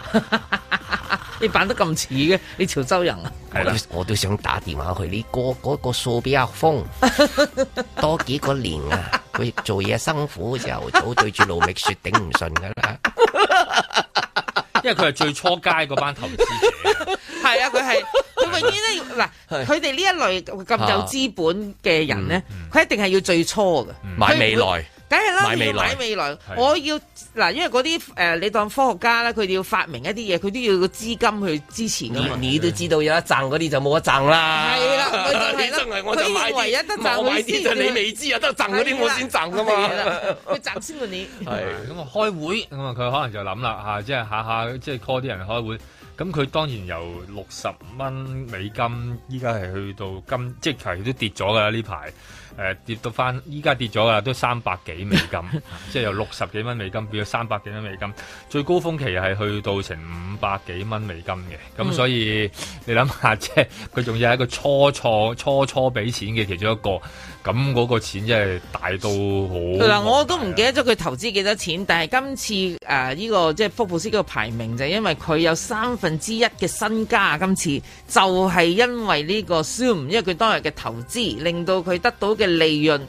你扮得咁似嘅，你潮州人啊？我都我都想打電話去呢個嗰個數比較風， 多幾個年啊，佢做嘢辛苦就早對住盧覓雪頂唔順噶啦。因為佢係最初階嗰班投資者。係啊，佢係 佢永遠咧嗱，佢哋呢一類咁有資本嘅人咧，佢一定係要最初嘅，買未佢唔會來。梗係啦，買未要來買未來係，我要嗱，因為嗰啲誒，你當科學家啦，佢哋要發明一啲嘢，佢都要個資金去支持㗎嘛。你都知道有得賺嗰啲就冇得賺啦。係 啦咪就係咯你真係我就買佢以為有得賺唔係我買佢先啲就你未知有得賺嗰啲我先賺噶嘛係。啦佢賺先過你。係咁啊，開會咁啊，佢可能就諗啦嚇，即係下下即係 call 啲人開會。咁佢當然由六十蚊美金，依家係去到今，即係都跌咗㗎啦呢排。誒、跌到翻，依家跌咗㗎啦，都三百幾美 金，即係由六十幾蚊美金變咗三百幾蚊美金。最高峰期係去到成五百幾蚊美金嘅，咁嗯所以你諗下，即係佢仲要係一個初初初初俾錢嘅其中一個。咁嗰個錢真係大到好。嗱，我都唔記得咗佢投資幾多錢，但係今次誒呢個即係福布斯嗰個排名就係因為佢有三分之一嘅身家，今次就係因為呢個 Zoom，因為佢當日嘅投資令到佢得到嘅利潤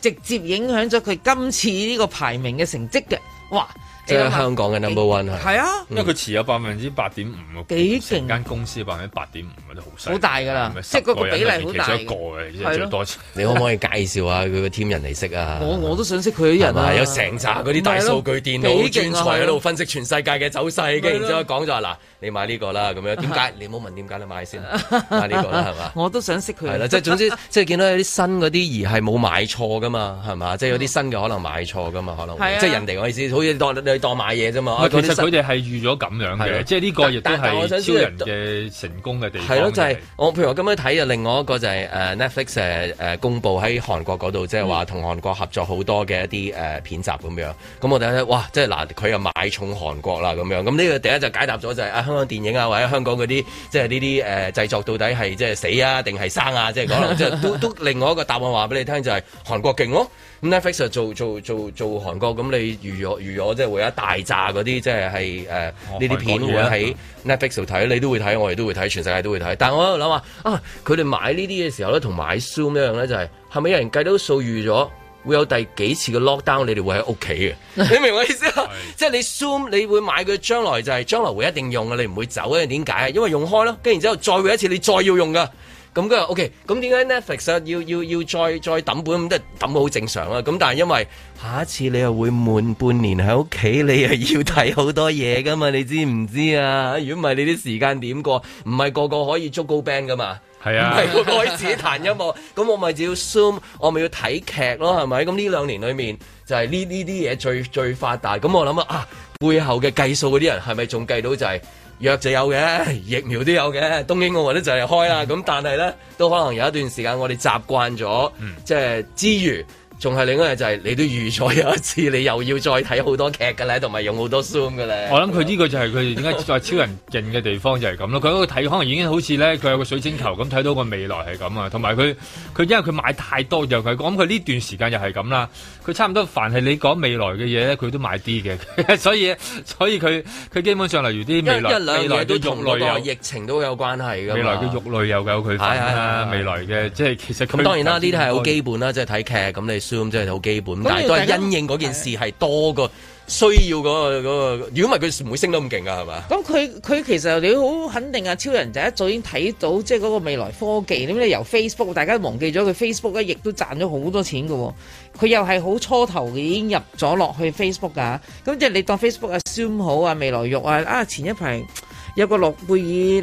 直接影響咗佢今次呢個排名嘅成績嘅，哇！即係香港嘅 number one 係。係啊因為佢持有百分之八點五啊，幾成間公司百分之八點五啊，都好細，好大㗎啦咪即係嗰個十人比例入好面大其中一個嘅，即係係咯最多錢。你可唔可以介紹下佢個 team 人嚟識啊？我我都想識佢啲人係啊，嘛有成扎嗰啲大數據電咪係咯腦幾專勁啊才 喺度分析全世界嘅走勢，跟住咪係咯然之後講就話嗱，你買呢個啦咁樣，點解你冇問點解你買先？買呢個啦係嘛？我都想識佢。係啦，即係 總之，即係見到有啲新嗰啲而係冇買錯噶嘛，係嘛？即係有啲新嘅可能買錯噶嘛，可能會係啊即係人哋我意思，好似當你當買嘢啫嘛。唔係啊嗰啲其實新佢哋係預咗咁樣係咯嘅，即係呢個亦都但但我想係知超道人嘅成功嘅地方。係咯，就係、我譬如我今日睇啊，另外一個就係、誒 Netflix 誒、誒公佈喺韓國嗰度，即係嗯話同韓國合作好多嘅一啲誒、呃片集咁樣。咁我哋咧，哇！即係嗱，佢又買重韓國啦咁樣。咁呢個第一就解答咗就係、啊香港電影啊，或者香港嗰啲即係呢啲誒呃製作到底係即係死啊定係生啊，即係 可能即係都都另外一個答案話俾你聽就係、韓國勁咯。咁 Netflix 就做做做做韓國，咁你預咗預咗即係會有一大扎嗰啲即係係誒呃呢啲韓片會國嘢喺啊 Netflix 度睇，你都會睇，我哋都會睇，全世界都會睇。但係我喺度諗話啊，佢哋買呢啲嘅時候咧，同買 Zoom 一樣咧，就係係咪有人計到數預咗會有第幾次嘅 lockdown，你哋會喺屋企嘅？ 你明我意思啊？即係你 Zoom，你會買佢將來就係將來會一定用嘅，你唔會走嘅。點解？啊因為用開咯，跟住然之後再會一次，你再要用噶。咁跟住 OK，咁點解 Netflix 啊要要要再再抌本咁都抌好正常啊啦。咁但係因為下一次你又會悶半年喺屋企，你又要睇好多嘢噶嘛，你知唔知啊？如果唔係你啲時間點過，唔係個個可以捉高 band 噶嘛。係啊唔係個個可以自己彈音 樂，咁我咪就要 Zoom，我咪要睇劇咯，係咪？咁呢兩年裏面就係呢呢啲嘢最最發達，咁我諗啊，背後嘅計數嗰啲人係咪仲計到就係、藥就有嘅，疫苗都有嘅，東京奧運都就嚟開嗯啦。咁但係咧，都可能有一段時間我哋習慣咗，嗯即係之餘，仲係另一樣就係你都預咗有一次，你又要再睇好多劇㗎啦，同埋用好多 Zoom 㗎啦。 我諗佢呢個就係佢哋點解再超人勁嘅地方就係咁咯。佢嗰個睇可能已經好似咧，佢有個水晶球咁睇到個未來係咁啊。同埋佢佢因為佢買太多就佢咁，佢呢段時間又係咁啦。佢差唔多凡係你講未來嘅嘢咧，佢都買啲嘅。 所以所以佢佢基本上例如啲因未為來因為未來兩嘢都嘅同肉嗰類個有。疫情都有關係㗎嘛。未來嘅肉類又有佢份啦，係係係未來嘅即係其實佢咁當然啦，呢啲係好基本啦，即係睇劇咁你 Zoom 即係好基本，但係都係因應嗰件事係多過需要嗰個嗰個。如果唔係佢唔會升得咁勁㗎，係嘛？ 咁佢佢其實你好肯定啊，超人就一早已經睇到即係嗰個未來科技。咁你由 Facebook，大家都忘記咗佢 Facebook 咧，亦都賺咗好多錢嘅喎。佢又係好初頭嘅已經入咗落去 Facebook 㗎。咁即係你當 Facebook 啊、Zoom 好啊、未來肉啊，啊前一排。有個諾貝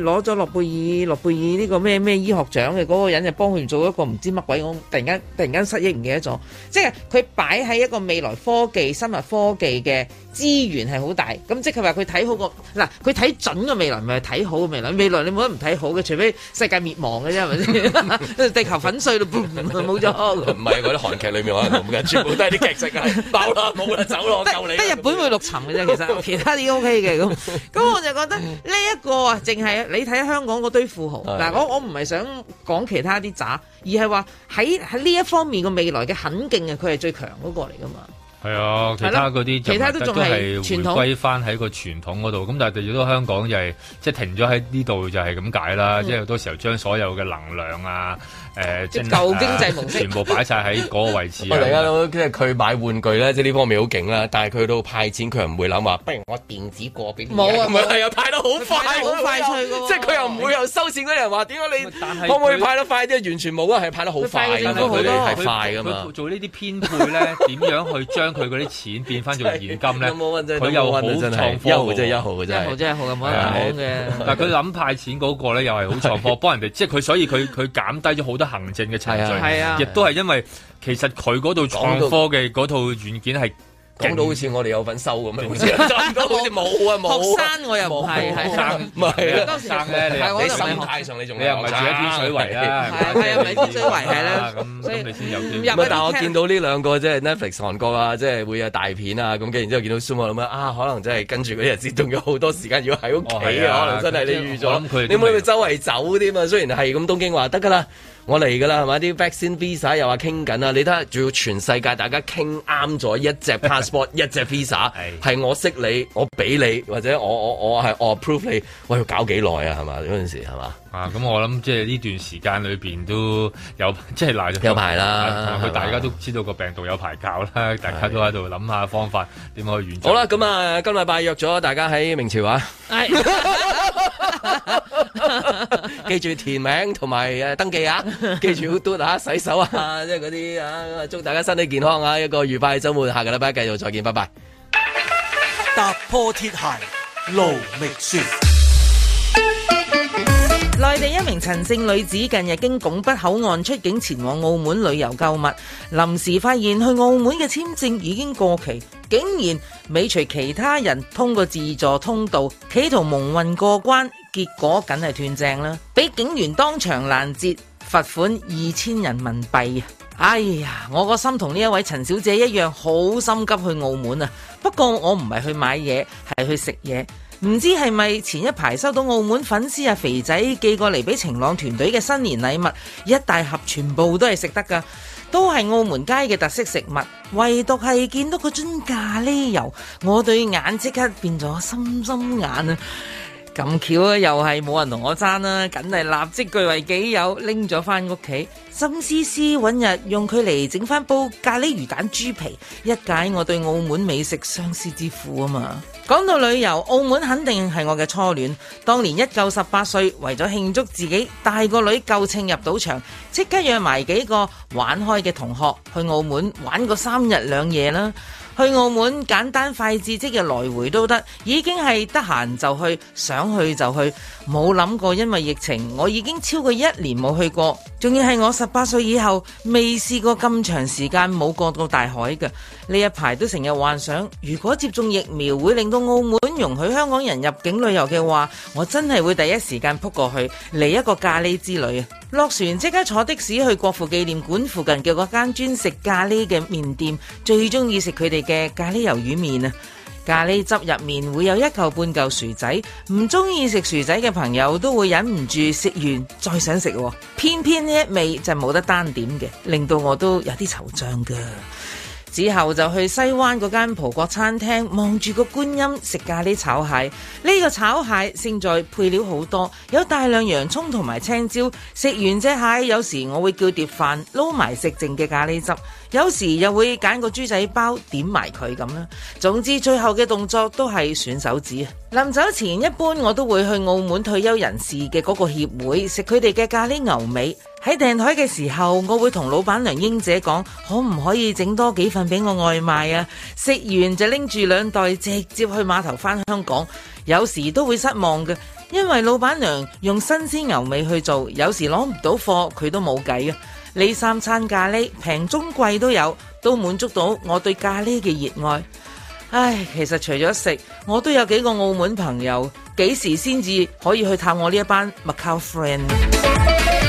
爾攞咗諾貝爾諾貝爾呢個咩咩醫學獎嘅嗰個人就幫佢做一個唔知乜鬼，我突然間突然間失憶唔記得咗，即係佢擺喺一個未來科技、生物科技嘅資源係好大，咁即係話佢睇好個嗱，佢睇準個未來，唔係睇好個未來，未來你冇得唔睇好嘅，除非世界滅亡嘅啫，係咪先？ 地球粉碎咯，boom，冇咗。唔係嗰啲韓劇裏面可能咁嘅，全部都係啲劇情啊，爆啦， 冇啦，走啦，我救你啊得。日本會陸沉嘅啫，其實其 他啲 O K 嘅咁。咁我就覺得呢一個啊，淨係你睇香港嗰堆富豪係嗱，我我唔係想講其他啲渣，而係話喺喺呢一方面個未來嘅肯勁啊，佢係最強嗰個嚟噶嘛。係啊，其係他咯嗰啲就其他都仲係係傳統回歸翻喺個傳統嗰度，咁但係亦都香港就係即係停咗喺呢度就係咁解啦，嗯即係好多時候將所有嘅能量啊、誒即係精力啊舊經濟模式全部擺晒喺嗰個位置 我啊突然間諗到即係佢買玩具咧，即係呢方面好勁啦。但係佢到派錢，佢又唔會諗話，不如我電子過俾你冇啊咁樣係啊，派得好快，派得好快脆㗎喎即係佢又唔會又收錢嗰啲人話點解係你可唔可以派得快啲？完全冇啊，係派得好快㗎，但係佢佢哋哋係快㗎嘛佢。做呢啲編配咧，點樣去將佢嗰啲錢變翻做現金咧？有冇真係佢又好有冇真係創科一號真係一號嘅真係一號真係一號嘅冇得講嘅但係佢諗派錢嗰個咧，又係好創科，幫人哋，即係佢所以佢佢減低咗好多行政嘅程序，係啊係啊亦都係因為其實佢嗰度創科嘅嗰套軟件係講到好似我哋有份收咁樣，好似 好似冇啊冇啊。學生我又唔係係學生唔係啊當時學生咧你係我你都唔心係態上你仲你又唔係住喺天水圍係啊？啊，唔係天水圍係啦，咁所以咁你先有機唔會入咁啊去但我聽見嗯到呢兩個即係 Netflix 韓國啊，即係會有大片啊，咁跟然之後見到 Zoom 我諗啊，可能真係跟住嗰啲日子仲有好多時間要喺屋哦企係啊，啊可能真係你預我諗佢咗，哋你都唔會明周圍走啲嘛？雖然係咁東京話得㗎啦。我嚟噶啦，係咪？啲 vaccine visa 又話傾緊啊！你睇下，仲要全世界大家傾啱咗一隻 passport，一 隻 visa，係我識你，我俾你，或者我我我係我 approve 你，喂，要搞幾耐啊？係嘛？嗰陣時係嘛？啊，咁我諗即係呢段時間裏邊都有即係嗱，有排啦啊係嘛佢大家都知道個病毒有排搞啦，大家都喺度諗下方法點可以完。好啦，咁啊，今禮拜約咗大家喺明朝啊， 記住填名同埋誒登記啊，記住要嘟啊，洗手啊，即係嗰啲啊，祝大家身體健康啊，一個愉快嘅週末，下個禮拜繼續再見，拜拜。踏破鐵鞋路未雪。內地一名陳姓女子近日經拱北口岸出境前往澳門旅遊購物，臨時發現去澳門嘅簽證已經過期，竟然尾隨其他人通過自助通道，企圖蒙混過關，結果梗係斷正啦，俾警員當場攔截，罰款二千人民幣啊！哎呀，我個心同呢一位陳小姐一樣，好心急去澳門啊！不過我唔係去買嘢，係去食嘢。唔知係咪前一排收到澳門粉絲啊肥仔寄過嚟俾晴朗團隊嘅新年禮物，一大盒全部都係食得㗎，都係澳門街嘅特色食物。唯獨係見到嗰樽咖喱油，我對眼即刻變咗心心眼啊！咁巧啊，又係冇人同我爭啦，梗係立即據為己有，拎咗翻屋企，心思思揾日用佢嚟整翻煲咖喱魚蛋豬皮，一解我對澳門美食相思之苦啊嘛！講到旅遊，澳門肯定係我嘅初戀。當年一夠十八歲，為咗慶祝自己帶個女夠稱入賭場，即刻約埋幾個玩開嘅同學去澳門玩個三日兩夜啦。去澳門簡單快捷即日來回都得，已經係得閒就去，想去就去，冇諗過因為疫情，我已經超過一年冇去過，仲要係我十八歲以後未試過咁長時間冇過到大海嘅。呢一排都成日幻想，如果接種疫苗會令到澳門容許香港人入境旅遊嘅話，我真係會第一時間撲過去嚟一個咖喱之旅啊！落船即刻坐的士去國父紀念館附近嘅嗰間專食咖喱嘅麵店，最中意食佢哋嘅咖喱魷魚麵啊！咖喱汁入面會有一嚿半嚿薯仔，唔中意食薯仔嘅朋友都會忍唔住食完再想食喎，偏偏呢一味就冇得單點嘅，令到我都有啲惆悵㗎。之後就去西灣嗰間葡國餐廳，望住個觀音食咖喱炒蟹。呢、個炒蟹勝在配料好多，有大量洋葱同埋青椒。食完隻蟹，有時我會叫碟飯撈埋食剩嘅咖喱汁，有時又會揀個豬仔包點埋佢咁啦。總之最後嘅動作都係選手指啊！臨走前一般我都會去澳門退休人士嘅嗰個協會食佢哋嘅咖喱牛尾。喺訂台嘅時候，我會同老闆娘英姐講，可唔可以整多幾份俾我外賣啊？食完就拎住兩袋直接去碼頭返香港，有時都會失望嘅，因為老闆娘用新鮮牛尾去做，有時攞唔到貨，佢都冇計啊！呢三餐咖喱平中貴都有，都滿足到我對咖喱嘅熱愛。唉，其實除咗食，我都有幾個澳門朋友，幾時先至可以去探我呢一班 Macau friend？